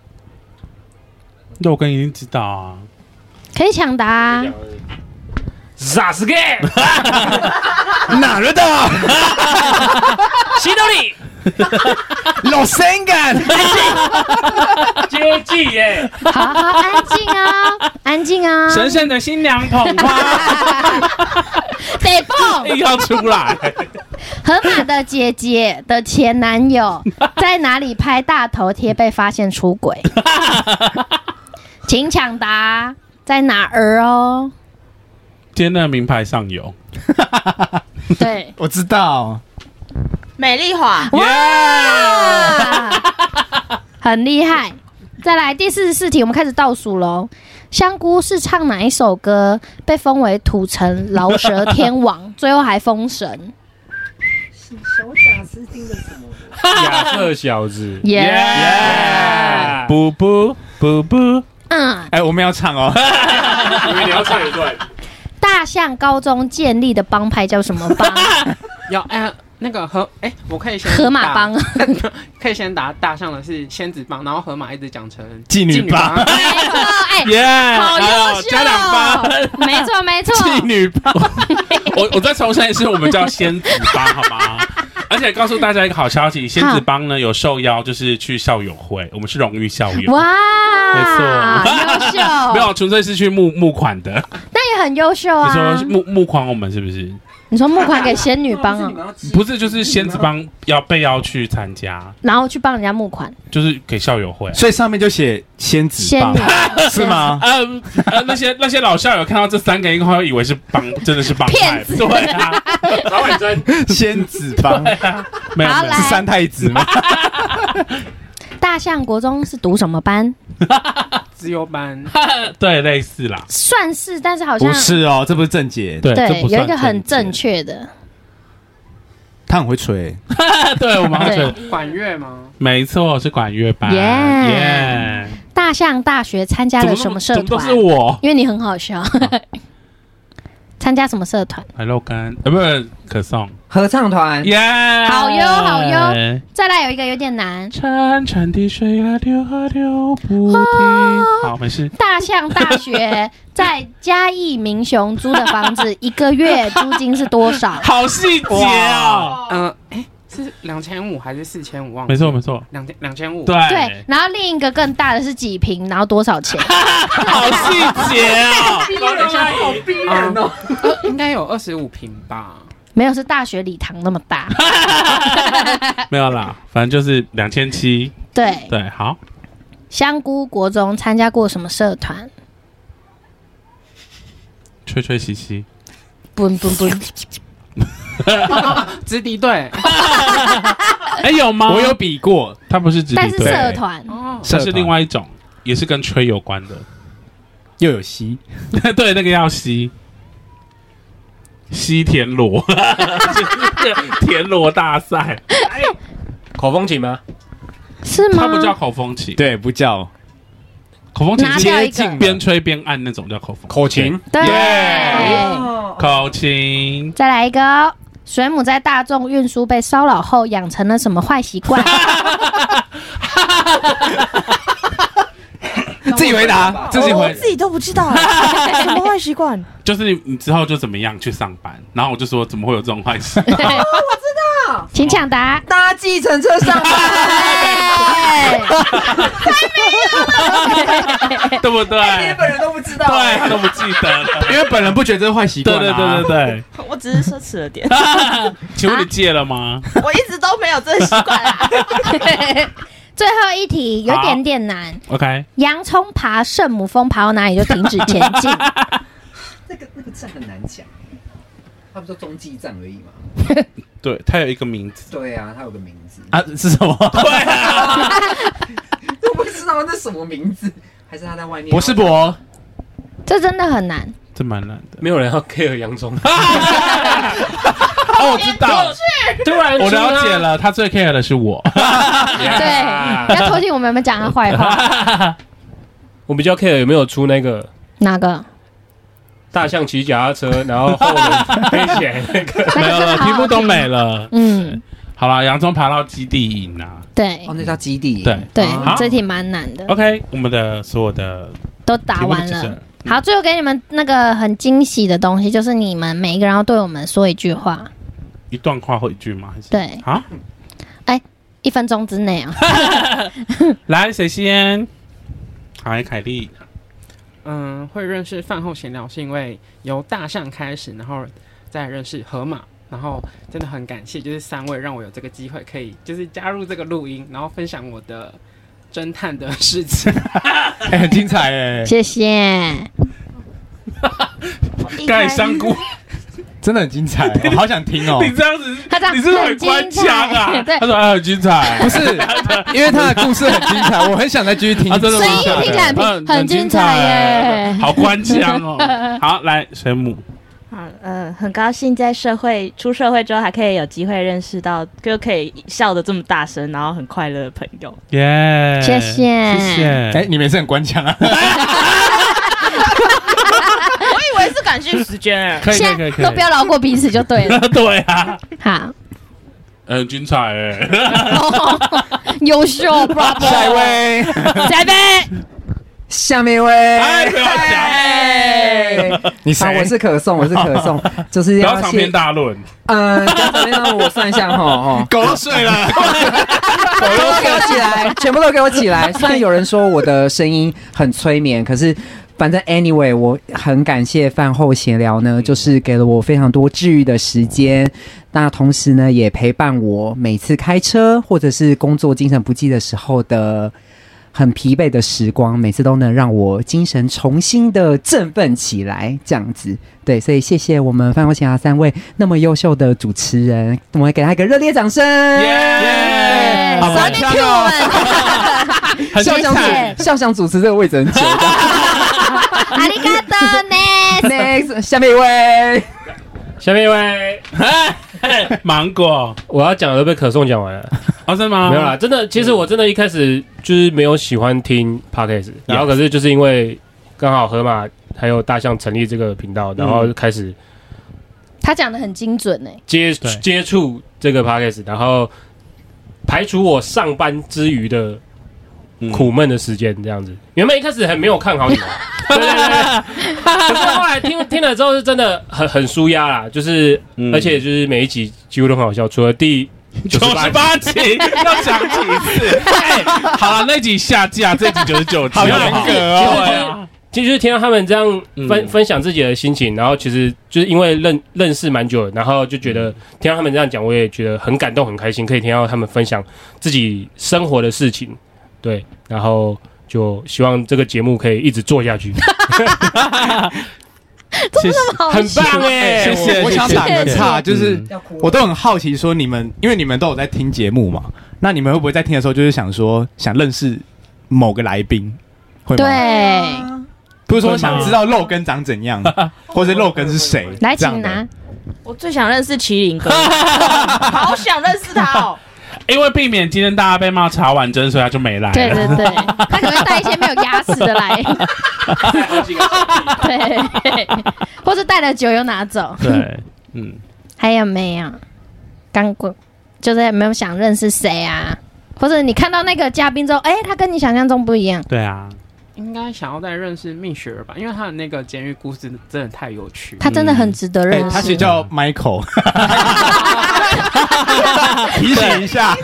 Speaker 2: 肉羹一定知道啊。
Speaker 1: 可以抢答、啊
Speaker 5: 这，样而已
Speaker 7: 傻死 gay，
Speaker 4: 哪儿的？
Speaker 7: 西多里，
Speaker 4: 老三感，
Speaker 5: 接济耶，
Speaker 1: 好好安静啊，安静啊，
Speaker 2: 神圣的新娘捧花
Speaker 1: 得蹦。
Speaker 2: 硬要出来，
Speaker 1: 河马的姐姐的前男友在哪里拍大头贴被发现出轨？请抢答，在哪儿哦？
Speaker 2: 今天的名牌上有，
Speaker 1: 对，
Speaker 4: 我知道，
Speaker 6: 美丽华，
Speaker 1: 哇， 很厉害。再来第四十四题，我们开始倒数喽。香菇是唱哪一首歌被封为土城饶舌天 王，最后还封神？
Speaker 8: 小贾斯汀的什么？
Speaker 7: 亚瑟小子，
Speaker 1: 耶、
Speaker 4: 不不不不，
Speaker 1: 嗯，
Speaker 4: 哎，我们要唱哦，
Speaker 5: 因为你要唱一段，
Speaker 1: 大象高中建立的帮派叫什么 帮？
Speaker 3: 有哎、那个河哎、我可以先
Speaker 1: 河马帮。
Speaker 3: 打，可以先打大象的是仙子帮，然后河马一直讲成
Speaker 4: 妓女帮
Speaker 3: 帮
Speaker 1: 没错，哎、
Speaker 2: 耶、
Speaker 1: 好优
Speaker 2: 哎呦
Speaker 1: 秀，
Speaker 2: 加两分。
Speaker 1: 没 错没错，
Speaker 4: 妓女帮，
Speaker 2: 我我再重申一次，我们叫仙子帮好吗？而且告诉大家一个好消息，仙子帮呢有受邀，就是去校友会，我们是荣誉校友，
Speaker 1: 哇，哦
Speaker 2: 没
Speaker 1: 优秀，
Speaker 2: 没有，纯粹是去募募款的。
Speaker 1: 那也很优秀
Speaker 2: 你
Speaker 1: 啊。
Speaker 2: 说募募款我们是不是？
Speaker 1: 你说募款给仙女帮啊，
Speaker 8: 啊
Speaker 2: 不是，就是仙子帮要被邀去参加，
Speaker 1: 然后去帮人家募款，
Speaker 2: 就是给校友会。
Speaker 4: 所以上面就写仙子
Speaker 1: 仙
Speaker 4: 棒
Speaker 1: 女
Speaker 4: 是吗？
Speaker 2: 呃呃，那些那些老校友看到这三个，应该会以为是帮，真的是帮派
Speaker 1: 骗，子
Speaker 2: 对啊，
Speaker 5: 老板真
Speaker 4: 仙子棒
Speaker 2: 没有
Speaker 1: 好
Speaker 2: 没有
Speaker 1: 来
Speaker 4: 是三太子吗？
Speaker 1: 大象国中是读什么班？
Speaker 3: 自由班，
Speaker 2: 对，类似啦，
Speaker 1: 算是，但是好像
Speaker 4: 不是哦，这不是正解，
Speaker 2: 对，这
Speaker 1: 对，
Speaker 2: 不算
Speaker 1: 有一个很正
Speaker 2: 确，
Speaker 1: 确的，
Speaker 4: 他很会吹。
Speaker 2: 对我们好像
Speaker 3: 管乐吗？
Speaker 2: 没错是管乐班，耶
Speaker 1: Yeah，大象大学参加
Speaker 2: 怎么
Speaker 1: 了
Speaker 2: 那
Speaker 1: 什么社
Speaker 2: 怎么都
Speaker 1: 团
Speaker 2: 是？我
Speaker 1: 因为你很好笑。 参加什么社团？
Speaker 2: 海肉干，呃，不是可颂，
Speaker 8: 合唱团
Speaker 2: 耶，
Speaker 1: 嗯好哟好哟。再来有一个有点难，
Speaker 2: 潺潺的水啊，流啊流不停
Speaker 1: 哦。
Speaker 2: 好，没事。
Speaker 1: 大象大学在嘉义民雄租的房子，一个月租金是多 少？
Speaker 2: 好细节哦。
Speaker 3: 嗯，哎、是两千五还是四千五？忘
Speaker 2: 没
Speaker 3: 了，
Speaker 2: 错没错，
Speaker 3: 两千两千五。
Speaker 2: 对，
Speaker 1: 对，然后另一个更大的是几平，然后多少钱？
Speaker 2: 好细节哦。
Speaker 5: 等一下好逼
Speaker 4: 啊
Speaker 3: 嗯，呃应该有二十五平吧。
Speaker 1: 没有，是大学礼堂那么 大。
Speaker 2: 没有啦，反正就是两千七。
Speaker 1: 对，
Speaker 2: 对，好，
Speaker 1: 香菇国中参加过什么社 团？
Speaker 2: 吹吹嘻嘻。
Speaker 1: 不不不，
Speaker 3: 直敌队
Speaker 2: 哎，有吗？
Speaker 4: 我有，比过，
Speaker 2: 他不是直
Speaker 1: 哦但
Speaker 2: 敌
Speaker 1: 是
Speaker 2: 队，
Speaker 1: 社团
Speaker 3: 哦，
Speaker 2: 它是另
Speaker 4: 社团
Speaker 2: 外一种，也是跟吹有关的。
Speaker 4: 又有西，
Speaker 2: 对，那个要吸。西田螺， 田螺大赛，
Speaker 7: 口风琴吗？
Speaker 1: 是吗
Speaker 2: 它？不叫口风琴，
Speaker 4: 对，不叫
Speaker 2: 口风琴
Speaker 1: 拿
Speaker 2: 是
Speaker 1: 掉一
Speaker 4: 接
Speaker 1: 个
Speaker 4: 近，
Speaker 2: 边吹边按那种叫口风
Speaker 7: 口琴，
Speaker 1: 对。
Speaker 2: Yeah
Speaker 8: 哦
Speaker 2: 口琴，
Speaker 1: 再来一个哦、水母在大众运输被骚扰后养成了什么坏习 惯？
Speaker 4: 自己回答，自己
Speaker 6: 我我
Speaker 4: 回。
Speaker 6: 自己都不知
Speaker 1: 啊
Speaker 6: 道，什么坏习惯？
Speaker 2: 就是你之后就怎么样去上班，然后我就说怎么会有这种坏事？
Speaker 1: 对，我知道，请抢 答。
Speaker 8: 搭计程车上
Speaker 1: 对
Speaker 2: 对不对？
Speaker 8: 班，本人都不知道
Speaker 2: 对，他都不记得了。
Speaker 4: 因为本人不觉得这是坏习
Speaker 2: 对
Speaker 4: 惯、啊
Speaker 2: 对对对
Speaker 4: 对，
Speaker 2: 对
Speaker 6: 我只是奢侈了 点，
Speaker 2: 对， 请问你戒了吗？
Speaker 6: 我一直都没有这个习惯啊 啦。
Speaker 1: 最后一题有点点难，
Speaker 2: OK，
Speaker 1: 洋葱爬圣母峰爬到哪里就停止前进？
Speaker 8: 那个那个站很难讲，他不是中继站而已嘛？
Speaker 2: 对，它有一个名字。
Speaker 8: 对啊，他有个名字，
Speaker 4: 啊，是什 么？
Speaker 8: 都不知道那什么名字，还是他在外面？
Speaker 4: 博士博，
Speaker 1: 这真的很难。
Speaker 2: 这蛮难的。
Speaker 7: 没有人要 care 洋葱。
Speaker 2: 哦，我知道，
Speaker 7: 突然
Speaker 2: 我了解
Speaker 7: 出啊，
Speaker 2: 了，他最 care 的是 我。
Speaker 1: 对，要偷听我们有没有讲他坏 话？
Speaker 7: 我比较 care 有没有出那个
Speaker 1: 哪个？
Speaker 7: 大象骑脚踏车，然后后轮飞起来那 个。
Speaker 1: 那
Speaker 2: 没
Speaker 1: 个
Speaker 2: 有
Speaker 1: 真的
Speaker 2: 了，
Speaker 1: 好
Speaker 2: 题
Speaker 1: 好
Speaker 2: 目都
Speaker 1: 听
Speaker 2: 没了。
Speaker 1: 嗯，
Speaker 2: 好了，洋葱爬到基地营啊。
Speaker 1: 对
Speaker 8: 哦，那叫基地。啊
Speaker 2: 对
Speaker 1: 对
Speaker 2: 好，
Speaker 1: 这题蛮难的，
Speaker 2: OK，我们的所有的
Speaker 1: 都答
Speaker 2: 题目
Speaker 1: 完
Speaker 2: 就
Speaker 1: 了
Speaker 2: 是。
Speaker 1: 好，最后给你们那个很惊喜的东西，就是你们每一个人要对我们说一句话，
Speaker 2: 嗯一段话或一句吗？还是
Speaker 1: 对
Speaker 2: 好，
Speaker 1: 一分钟之内 啊。
Speaker 2: 来，谁先？好，哎凯莉，
Speaker 3: 嗯，会认识饭后闲聊是因为由大象开始，然后再认识河马，然后真的很感谢，就是三位让我有这个机会可以就是加入这个录音，然后分享我的侦探的事情。
Speaker 4: 哎、很精彩哎、
Speaker 1: 谢谢。
Speaker 2: 盖香菇，
Speaker 4: 真的很 精彩，我好想听哦。
Speaker 2: 你这样子，
Speaker 1: 他这样
Speaker 2: 你是不是很官腔啊？
Speaker 1: 很精彩对
Speaker 2: 他说哎很精彩，
Speaker 4: 不是，因为他的故事很精彩，我很想再继续听。
Speaker 2: 啊，真的
Speaker 1: 所以
Speaker 2: 吗
Speaker 1: 声音听起来很
Speaker 2: 嗯
Speaker 1: 很精彩耶
Speaker 2: 好官腔 哦。好，来水母，
Speaker 6: 好，呃，很高兴在社会出社会之后，还可以有机会认识到，就可以笑得这么大声，然后很快乐的朋友。
Speaker 2: 耶，
Speaker 1: 谢谢
Speaker 2: 谢谢。
Speaker 4: 哎、你们也是很官 腔啊。
Speaker 6: 我以为是感性时间哎、
Speaker 2: 可以可以
Speaker 1: 现
Speaker 2: 可
Speaker 1: 在
Speaker 2: 以可
Speaker 1: 都不
Speaker 2: 以，
Speaker 1: 要饶过彼此就对 了。
Speaker 2: 对啊，
Speaker 1: 好，
Speaker 2: 很精彩哎。
Speaker 1: 优秀，bravo，
Speaker 4: 下一位，
Speaker 1: 下一位，
Speaker 8: 下面一位，
Speaker 2: 哎不要讲
Speaker 8: 讲，
Speaker 4: 你
Speaker 8: 啊，我是可颂，我是 可颂，就
Speaker 2: 不
Speaker 8: 是要
Speaker 2: 要长
Speaker 8: 谢
Speaker 2: 篇，大论，
Speaker 8: 嗯，这边让我算一下哈，哦，
Speaker 4: 狗都睡了，
Speaker 8: 全部都给我起来，全部都给我起来。虽然有人说我的声音很催眠，可是反正 anyway，我很感谢饭后闲聊呢，就是给了我非常多治愈的时间。那同时呢，也陪伴我每次开车或者是工作精神不济的时候的。很疲惫的时光，每次都能让我精神重新的振奋起来，这样子。对，所以谢谢我们饭后闲聊三位那么优秀的主持人，我们给他一个热烈掌声。
Speaker 2: 耶！
Speaker 4: 好
Speaker 1: 少
Speaker 4: 吧
Speaker 1: 在那边 Q 我们，
Speaker 2: 很
Speaker 8: 笑
Speaker 2: 精
Speaker 8: 想
Speaker 2: 彩，
Speaker 8: 主笑想主持这个位置很久 的。
Speaker 1: 阿里嘎多呢？
Speaker 8: Next，下面一位，
Speaker 7: 下面一位，
Speaker 2: 芒果，
Speaker 7: 我要讲的都被可颂讲完了，
Speaker 2: 哦，是吗？
Speaker 7: 没有啦，，真的，其实我真的一开始就是没有喜欢听 podcast，然后可是就是因为刚好河马还有大象成立这个频道，然后开始
Speaker 1: 他讲的很精准
Speaker 2: 欸
Speaker 1: 哎，
Speaker 7: 接
Speaker 2: 对
Speaker 7: 接触这个 podcast，然后排除我上班之余的苦闷的时间，这样子。原本一开始很没有看好你们，对对对对。可是后来听听了之后，是真的很很舒压啦，就是、
Speaker 2: 嗯
Speaker 7: 而且就是每一集几乎都很好笑，除了第
Speaker 2: 九十
Speaker 7: 集。
Speaker 2: 八集 要讲几次？哎，好了，那集下架，这集九十九集，
Speaker 4: 好
Speaker 2: 不
Speaker 4: 严格哎
Speaker 7: 哦
Speaker 2: 对啊
Speaker 7: 其实就是听到他们这样分、
Speaker 2: 嗯
Speaker 7: 分享自己的心情，然后其实就是因为认认识蛮久了，然后就觉得听到他们这样讲，我也觉得很感动、很开心，可以听到他们分享自己生活的事情，对，然后就希望这个节目可以一直做下去，
Speaker 2: 谢谢，
Speaker 1: 好
Speaker 7: 很棒哎、
Speaker 2: 谢谢，
Speaker 4: 我想
Speaker 2: 谢谢
Speaker 4: 打个岔，就是
Speaker 2: 嗯
Speaker 4: 我都很好奇，说你们，因为你们都有在听节目嘛，那你们会不会在听的时候就是想说想认识某个来宾，会吗？，
Speaker 1: 对，
Speaker 2: 啊
Speaker 4: 不是说想知道肉根长怎样， 或者肉根是谁？
Speaker 1: 来，
Speaker 4: 这样
Speaker 1: 请
Speaker 4: 的
Speaker 1: 拿。
Speaker 6: 我最想认识麒 麟哥，好想认识他哦。
Speaker 2: 因为避免今天大家被骂查完针，所以他就没来。
Speaker 1: 对对对，他可能会带一些没有牙齿的 来，对，或者带了酒又拿走。
Speaker 2: 对，嗯，
Speaker 1: 还有没有？啊刚过就是有没有想认识谁啊？或者你看到那个嘉宾之后，哎、他跟你想象中不一样。
Speaker 2: 对啊，
Speaker 3: 应该想要再认识蜜雪儿吧，因为她的那个监狱故事真的太有趣。
Speaker 1: 他真的很值得认
Speaker 4: 哎，
Speaker 1: 识。
Speaker 4: 他
Speaker 2: 嗯
Speaker 4: 其实叫 Michael，提醒一下，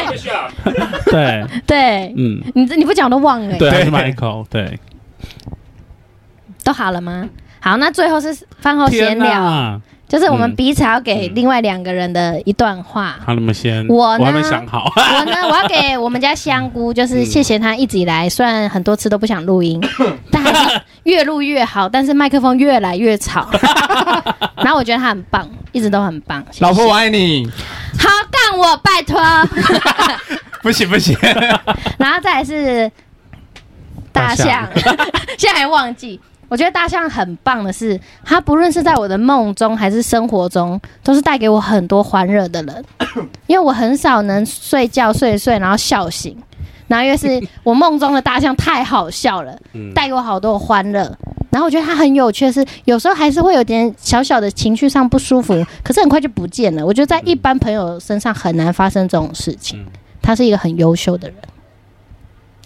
Speaker 2: 对，
Speaker 1: 对，
Speaker 2: 嗯，
Speaker 1: 你这你不讲我都忘了、欸
Speaker 2: 对，
Speaker 4: 对
Speaker 2: 他是 Michael，对，
Speaker 1: 都好了吗？好，那最后是饭后闲
Speaker 2: 天
Speaker 1: 聊，
Speaker 2: 哪，
Speaker 1: 就是我们
Speaker 2: 嗯
Speaker 1: 彼此要给另外两个人的一段话。
Speaker 2: 好，你们先，
Speaker 1: 我呢
Speaker 2: 还没想好，
Speaker 1: 我呢，我要给我们家香菇，
Speaker 4: 嗯
Speaker 1: 就是谢谢他一直以来，虽然很多次都不想录 音，但还是越录越好，但是麦克风越来越 吵。然后我觉得他很棒，一直都很棒。谢谢
Speaker 4: 老婆我爱你，
Speaker 1: 好干我，拜托。
Speaker 4: 不行不行，
Speaker 1: 然后再来是大
Speaker 2: 大
Speaker 1: 象
Speaker 2: 象，
Speaker 1: 现在还忘记。我觉得大象很棒的是，他不论是在我的梦中还是生活中，都是带给我很多欢乐的 人。因为我很少能睡觉睡一睡，然后笑醒。然后因为是我梦中的大象太好笑了，
Speaker 2: 嗯
Speaker 1: 带给我好多的欢乐。然后我觉得他很有趣的是，有时候还是会有点小小的情绪上不舒 服，可是很快就不见了。我觉得在一般朋友身上很难发生这种事情
Speaker 2: 嗯。
Speaker 1: 他是一个很优秀的人。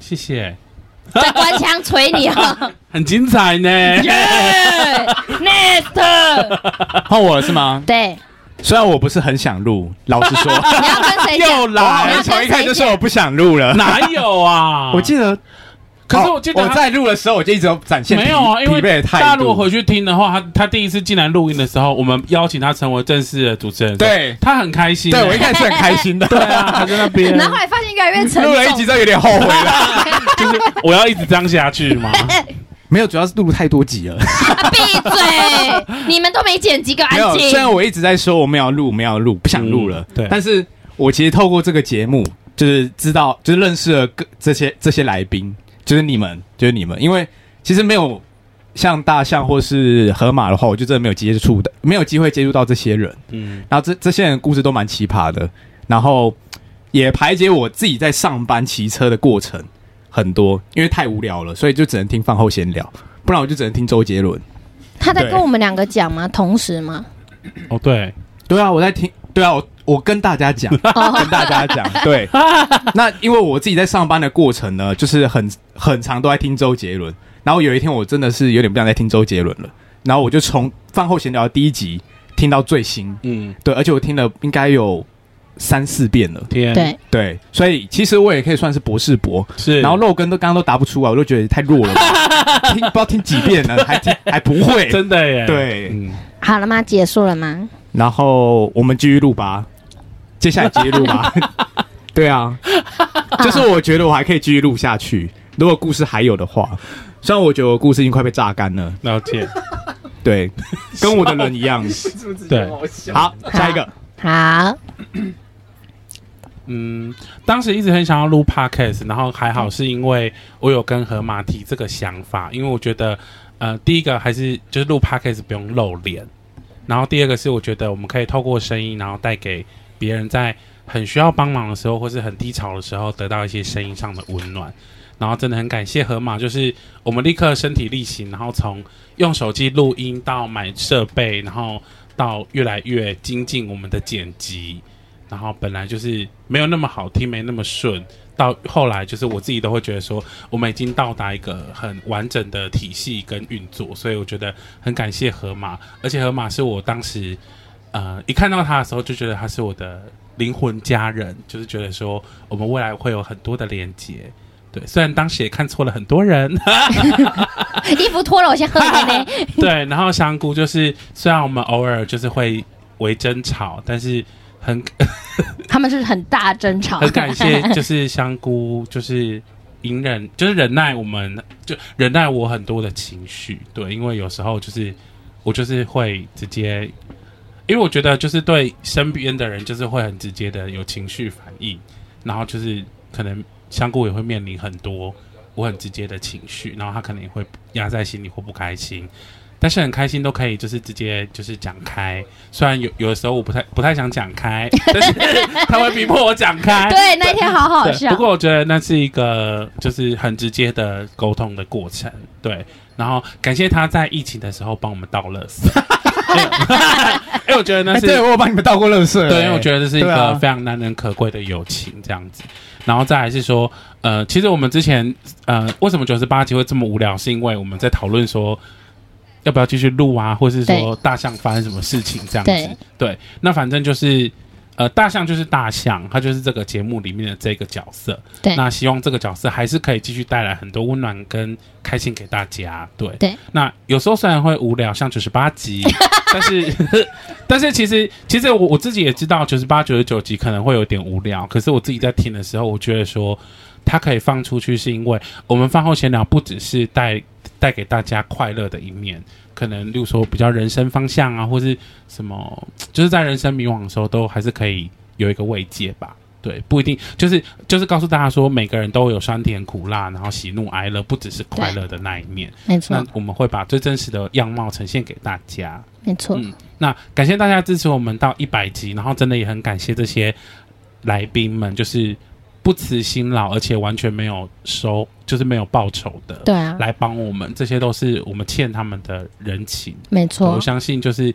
Speaker 2: 谢谢，
Speaker 1: 在 官腔捶你 哦。
Speaker 2: 很精彩呢，
Speaker 1: Next，
Speaker 4: 换我了是吗？
Speaker 1: 对，
Speaker 4: 虽然我不是很想录，老 实说，
Speaker 1: 你要跟谁
Speaker 4: 又
Speaker 1: 讲？你
Speaker 4: 来，
Speaker 1: 要
Speaker 4: 从一
Speaker 1: 跟
Speaker 4: 开始
Speaker 1: 谁
Speaker 4: 就说我
Speaker 1: 讲？
Speaker 4: 不想录了。
Speaker 2: 哪有啊？
Speaker 4: 我记得，
Speaker 2: 可是我记得
Speaker 4: 哦
Speaker 2: 他
Speaker 4: 我在录的时候，我就一直有展现
Speaker 2: 没有啊，
Speaker 4: 疲
Speaker 2: 因
Speaker 4: 疲
Speaker 2: 为
Speaker 4: 惫的态
Speaker 2: 大家
Speaker 4: 度。
Speaker 2: 如果回去听的话，他他第一次进来录音的时候，我们邀请他成为正式的主持人，，
Speaker 4: 对
Speaker 2: 他很开心，
Speaker 4: 对，我一开始很开心的，
Speaker 2: 对啊，他在那 边，
Speaker 1: 嗯然后后来发现越来越沉
Speaker 4: 录了一集
Speaker 1: 重。
Speaker 4: 之后有点后悔了。
Speaker 2: 就是 我要一直这样下去吗？
Speaker 4: 没有，主要是录太多集了。
Speaker 1: 闭嘴！你们都没剪辑，给我
Speaker 4: 没有
Speaker 1: 安，
Speaker 4: 虽然
Speaker 1: 静。
Speaker 4: 我一直在说我们要录，我们要录，不想录了。
Speaker 2: 嗯对
Speaker 4: 但是我其实透过这个节目，就是知道，就是认识了各这些这些来宾，就是你们，就是你们，因为其实没有像大象或是河马的话，我就真的没有接触的，没有机会接触到这些人。
Speaker 2: 嗯，
Speaker 4: 然后这这些人的故事都蛮奇葩的，然后也排解我自己在上班骑车的过程很多，因为太无聊了，所以就只能听饭后闲聊，不然我就只能听周杰伦。
Speaker 1: 他在
Speaker 4: 对
Speaker 1: 跟我们两个讲吗？同时吗？
Speaker 2: 哦对，
Speaker 4: 对啊，我在听，对啊，我我跟大家讲，跟大家讲，对。那因为我自己在上班的过程呢，就是很很长都在听周杰伦，然后有一天我真的是有点不想再听周杰伦了，然后我就从饭后闲聊的第一集听到最新，
Speaker 2: 嗯，
Speaker 4: 对，而且我听了应该有三四遍了，
Speaker 2: 天，
Speaker 1: 对，
Speaker 4: 对，所以其实我也可以算是博士博，
Speaker 2: 是，
Speaker 4: 然后肉根都刚刚都答不出来，我就觉得太弱了吧， 听不知道听几遍了，还听还不会，
Speaker 2: 真的耶，
Speaker 4: 对
Speaker 2: 嗯，
Speaker 1: 好了吗？结束了吗？
Speaker 4: 然后我们继续录吧，接下来继续录 吧。对啊，就是我觉得我还可以继续录下去，如果故事还有的话。虽然我觉得我故事已经快被榨干了，
Speaker 2: 了解，
Speaker 4: 对，跟我的人一样。
Speaker 2: 对，
Speaker 4: 好，下一个，
Speaker 1: 好，
Speaker 2: 嗯，当时一直很想要录 podcast，然后还好是因为我有跟河马提这个想法，因为我觉得，呃，第一个还是就是录 podcast 不用露脸，然后第二个是我觉得我们可以透过声音，然后带给别人在很需要帮忙的时候，或是很低潮的时候，得到一些声音上的温暖。然后真的很感谢河马，就是我们立刻身体力行，然后从用手机录音到买设备，然后到越来越精进我们的剪辑，然后本来就是没有那么好听，没那么顺，到后来就是我自己都会觉得说，我们已经到达一个很完整的体系跟运作，所以我觉得很感谢河马，而且河马是我当时呃一看到他的时候就觉得他是我的灵魂家人，就是觉得说我们未来会有很多的连接。对，虽然当时也看错了很多人，
Speaker 1: 衣服脱了，我先喝一杯呢。
Speaker 2: 对，然后香菇就是虽然我们偶尔就是会为争吵，但是很
Speaker 1: 他们是很大争吵，
Speaker 2: 很感 谢，就是香菇，就是隐忍， 就是忍耐我们，就忍耐我很多的情绪。对，因为有时候就是我就是会直接，因为我觉得就是对身边的人就是会很直接的有情绪反应，然后就是可能香菇也会面临很多我很直接的情绪，然后他可能也会压在心里或不开心。但是很开心，都可以就是直接就是讲开，虽然有有的时候我不太不太想讲开， 但是他会逼迫我讲开。
Speaker 1: 对，那一天好好
Speaker 2: 对，
Speaker 1: 笑
Speaker 2: 不。过我觉得那是一个就是很直接的沟通的过程，对。然后感谢他在疫情的时候帮我们倒垃 圾， 因为我觉得那
Speaker 4: 哎
Speaker 2: 是、
Speaker 4: 对我有帮你们倒过垃圾，
Speaker 2: 对，因为我觉得这是一
Speaker 4: 对
Speaker 2: 个
Speaker 4: 啊
Speaker 2: 非常难能可贵的友情，这样子。然后再来是说，呃，其实我们之前呃，为什么九十八集会这么无聊，是因为我们在讨论说要不要继续录啊，或是说大象发生什么事情这样子。
Speaker 1: 对
Speaker 2: 对那反正就是。呃，大象就是大象，它就是这个节目里面的这个角色。
Speaker 1: 对
Speaker 2: 那希望这个角色还是可以继续带来很多温暖跟开心给大家。对，
Speaker 1: 对。
Speaker 2: 那有时候虽然会无聊，像九十 八集，但是 但是其实，其实我我自己也知道，九十八、九十九集可能会有点无聊。可是我自己在听的时候，我觉得说，它可以放出去，是因为我们饭后闲聊不只是带带给大家快乐的一面，可能例如说比较人生方向啊，或是什么，就是在人生迷惘的时候，都还是可以有一个慰藉吧。对，不一定就是就是告诉大家说，每个人都有酸甜苦辣，然后喜怒哀乐，不只是快乐的那一面。
Speaker 1: 没错
Speaker 2: 那，我们会把最真实的样貌呈现给大家。
Speaker 1: 没错，
Speaker 2: 嗯那感谢大家支持我们到一百集，然后真的也很感谢这些来宾们，就是不辞辛劳，而且完全没有收，就是没有报酬的，
Speaker 1: 对啊，
Speaker 2: 来帮我们，这些都是我们欠他们的人情。
Speaker 1: 没
Speaker 2: 我
Speaker 1: 错，
Speaker 2: 相信就是。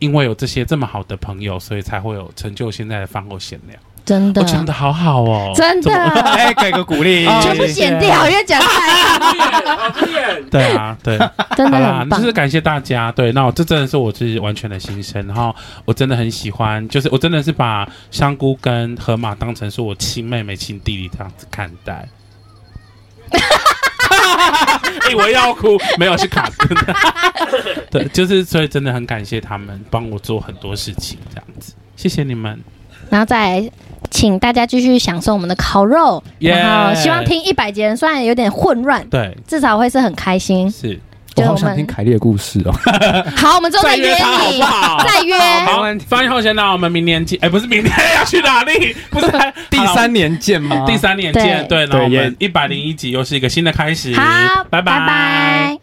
Speaker 2: 因为有这些这么好的朋友，所以才会有成就现在的饭后闲聊。
Speaker 1: 真的
Speaker 2: 我，讲的好好哦，
Speaker 1: 真
Speaker 2: 怎么
Speaker 1: 的，
Speaker 4: 哎，给个鼓 励，
Speaker 1: 全部剪掉，
Speaker 4: 哎
Speaker 1: 因为讲太好，
Speaker 2: 对啊， 对，
Speaker 1: 真
Speaker 2: 好
Speaker 1: 的
Speaker 2: 啦
Speaker 1: 很，棒
Speaker 2: 就。是感谢大家。对，那我这真的是我自己完全的心声，然后我真的很喜欢，就是我真的是把香菇跟河马当成是我亲妹妹、亲弟弟这样子看待。 哎、我要哭，没有是卡顿。 对，就是所以真的很感谢他们帮我做很多事情，这样子，谢谢你们。
Speaker 1: 然后再来请大家继续享受我们的烤肉
Speaker 2: Yeah
Speaker 1: 然后希望听一百集的人虽然有点混乱，
Speaker 2: 对，
Speaker 1: 至少会是很开心。
Speaker 2: 是
Speaker 4: 我
Speaker 1: 就
Speaker 4: 好
Speaker 1: 我
Speaker 4: 想
Speaker 1: 们
Speaker 4: 听凯莉的故事哦。
Speaker 1: 好，我们之后再约
Speaker 2: 他好
Speaker 1: 你
Speaker 2: 不，好？
Speaker 1: 再约。
Speaker 2: 好
Speaker 3: 没问，题
Speaker 2: 翻译后先那我们明年见。哎、不是明年 要去哪 里？不是
Speaker 4: 第
Speaker 2: 好啦
Speaker 4: 三年见 吗？
Speaker 2: 第三年见，
Speaker 1: 对
Speaker 2: 对，那我
Speaker 4: 对也
Speaker 2: 们一百零一集又是一个新的开始，
Speaker 1: 好，
Speaker 2: 拜
Speaker 1: 拜拜